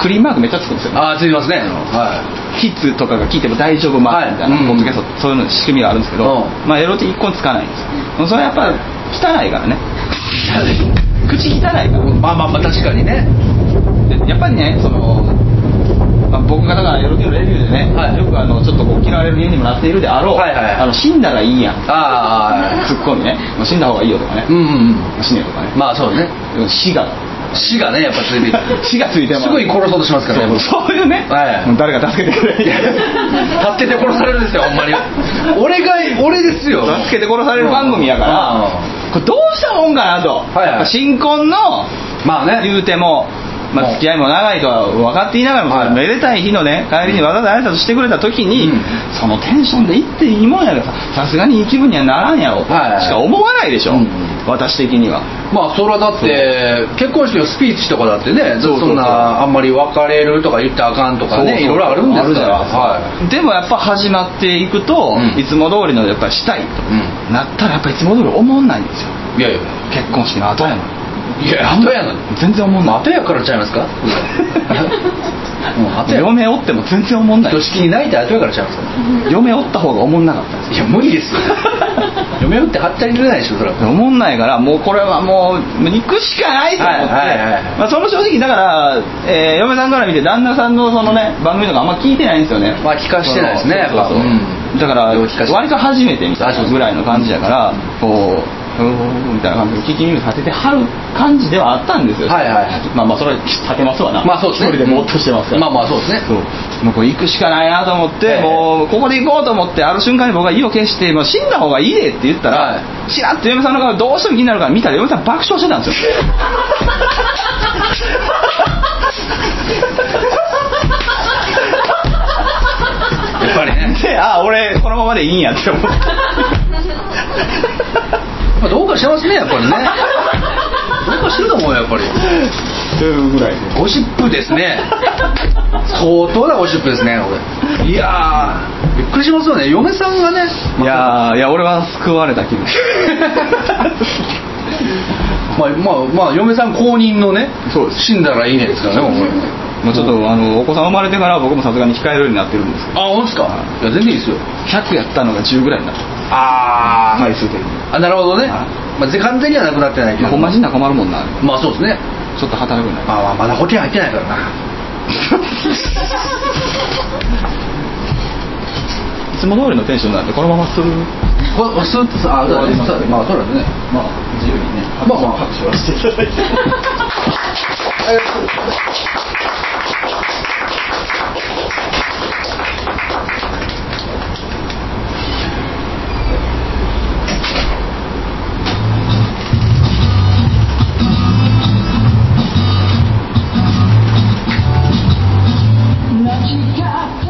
Speaker 1: クリーンマークめっちゃつくんですよ
Speaker 2: ああついてますねは
Speaker 1: キッズとかが聞いても大丈夫マークみたいな、
Speaker 2: はいうん
Speaker 1: ポッドキャストそういうの仕組みがあるんですけど、
Speaker 2: う
Speaker 1: まあエロって一個もつかないんですよそれはやっぱ汚いからね口汚いから
Speaker 2: いまあまあまあ確かにね
Speaker 1: でやっぱりねその、まあ、僕がだからエロティのレビューでね、
Speaker 2: はい
Speaker 1: よくあのちょっとこう嫌われる理由にもなっているであろう、
Speaker 2: はいはいはい
Speaker 1: あの死んだらいいやん
Speaker 2: ああ
Speaker 1: ツッコミねもう死んだ方がいいよとかね、
Speaker 2: うんうん
Speaker 1: 死ねとかね、
Speaker 2: まあそうね
Speaker 1: うん死 [LAUGHS] が
Speaker 2: 死がねやっぱついて
Speaker 1: [LAUGHS] 死がついてます
Speaker 2: すぐに殺そうとしますからね
Speaker 1: そうそういうね、
Speaker 2: はい
Speaker 1: もう誰か [LAUGHS] 助けてくれ
Speaker 2: 助けて殺されるんですよほんまに俺が俺ですよ
Speaker 1: 助けて殺される番組やから、
Speaker 2: う
Speaker 1: これどうしたもんかなと、
Speaker 2: いはい
Speaker 1: やっぱ新婚の
Speaker 2: まあね
Speaker 1: 言うても、ま
Speaker 2: う
Speaker 1: あ、
Speaker 2: ん
Speaker 1: 付き合いも長いとは分かっていながらも、
Speaker 2: はい
Speaker 1: めでたい日のね帰りにわざわざ挨拶してくれた時に、
Speaker 2: うん
Speaker 1: そのテンションで行っていいもんやからささすがにいい気分にはならんやろ、
Speaker 2: はいはい
Speaker 1: しか思わないでしょ、
Speaker 2: うん
Speaker 1: 私的には
Speaker 2: まあそれはだって結婚式のスピーチとかだってね
Speaker 1: そうそうそう
Speaker 2: そんなあんまり別れるとか言ってあかんとかねいろいろあるんですからは
Speaker 1: でもやっぱ始まっていくと、
Speaker 2: うん
Speaker 1: いつも通りのやっぱりしたいと、
Speaker 2: う
Speaker 1: なったらやっぱいつも通り思んないんですよ
Speaker 2: いいやいや
Speaker 1: 結婚式の後やのに
Speaker 2: いや後やのに
Speaker 1: 全然思んない
Speaker 2: 後やからちゃいますかもう後や
Speaker 1: 嫁おっても全
Speaker 2: [LAUGHS]
Speaker 1: 然思んない
Speaker 2: 挙式に泣いて後やからちゃいますか
Speaker 1: 嫁おった方が思んなかったんです
Speaker 2: いや無理ですよ嫁打ってはったり出ないでしょそれは
Speaker 1: 思んないからもうこれはもう行くしかないと思って、
Speaker 2: はいはいはい
Speaker 1: まあ、その正直だから、えー嫁さんから見て旦那さんのそのね番組とかあんま聞いてないんですよね
Speaker 2: まあ聞かしてないですね
Speaker 1: そのそうそうそう
Speaker 2: やっぱうん
Speaker 1: だから
Speaker 2: よう聞かして
Speaker 1: 割と初めてみたい
Speaker 2: あそうそ
Speaker 1: な
Speaker 2: う
Speaker 1: ぐらいの感じやからこううーんみたいな感じで聞き耳立ててはる感じではあったんですよ
Speaker 2: はいはい
Speaker 1: まあまあそれは立てますわな
Speaker 2: まあそうですね
Speaker 1: 一人でぼーっとしてますから
Speaker 2: まあまあそうですね
Speaker 1: そうもうこれ行くしかないなと思って、
Speaker 2: ええ
Speaker 1: もうここで行こうと思ってある瞬間に僕が意を決してもう死んだ方がいいでって言ったら、
Speaker 2: は
Speaker 1: ちらっと嫁さんの顔どうしても気になるから見たら嫁さん爆笑してたんですよ
Speaker 2: やっぱりね
Speaker 1: でああ俺このままでいいんやって思って
Speaker 2: まあどうかしてますねやっぱりねどうかしてると思うよやっぱり
Speaker 1: というぐらいで
Speaker 2: ゴシップですね相当なゴシップですねこれいやーびっくりしますよね嫁さんがね
Speaker 1: いやーいや俺は救われた気分
Speaker 2: まあまあ、まあ、嫁さん公認のね
Speaker 1: そうです
Speaker 2: 死んだらいいねです
Speaker 1: [LAUGHS]
Speaker 2: からねもう
Speaker 1: もうちょっとあのお子さん生まれてから僕もさすがに控えるようになってるんですけ
Speaker 2: あほんですかいや全然いいですよ
Speaker 1: ど100やったのが10ぐらいになった
Speaker 2: あー、
Speaker 1: 回数的に、
Speaker 2: あなるほどね、
Speaker 1: はい
Speaker 2: まあ、ぜ完全にはなくなってないけ
Speaker 1: まあ、
Speaker 2: ど
Speaker 1: ほんま死んだら困るもんな
Speaker 2: まあそうですね
Speaker 1: ちょっと働くんだ
Speaker 2: まあまあまだ保険入ってないからない
Speaker 1: つも通りのテンションなんでこのままする
Speaker 2: ここスーッとさあそうだねそうだねまあそうだねまあ
Speaker 1: 自由にね
Speaker 2: まあまあ拍手はしていただいて
Speaker 3: 何か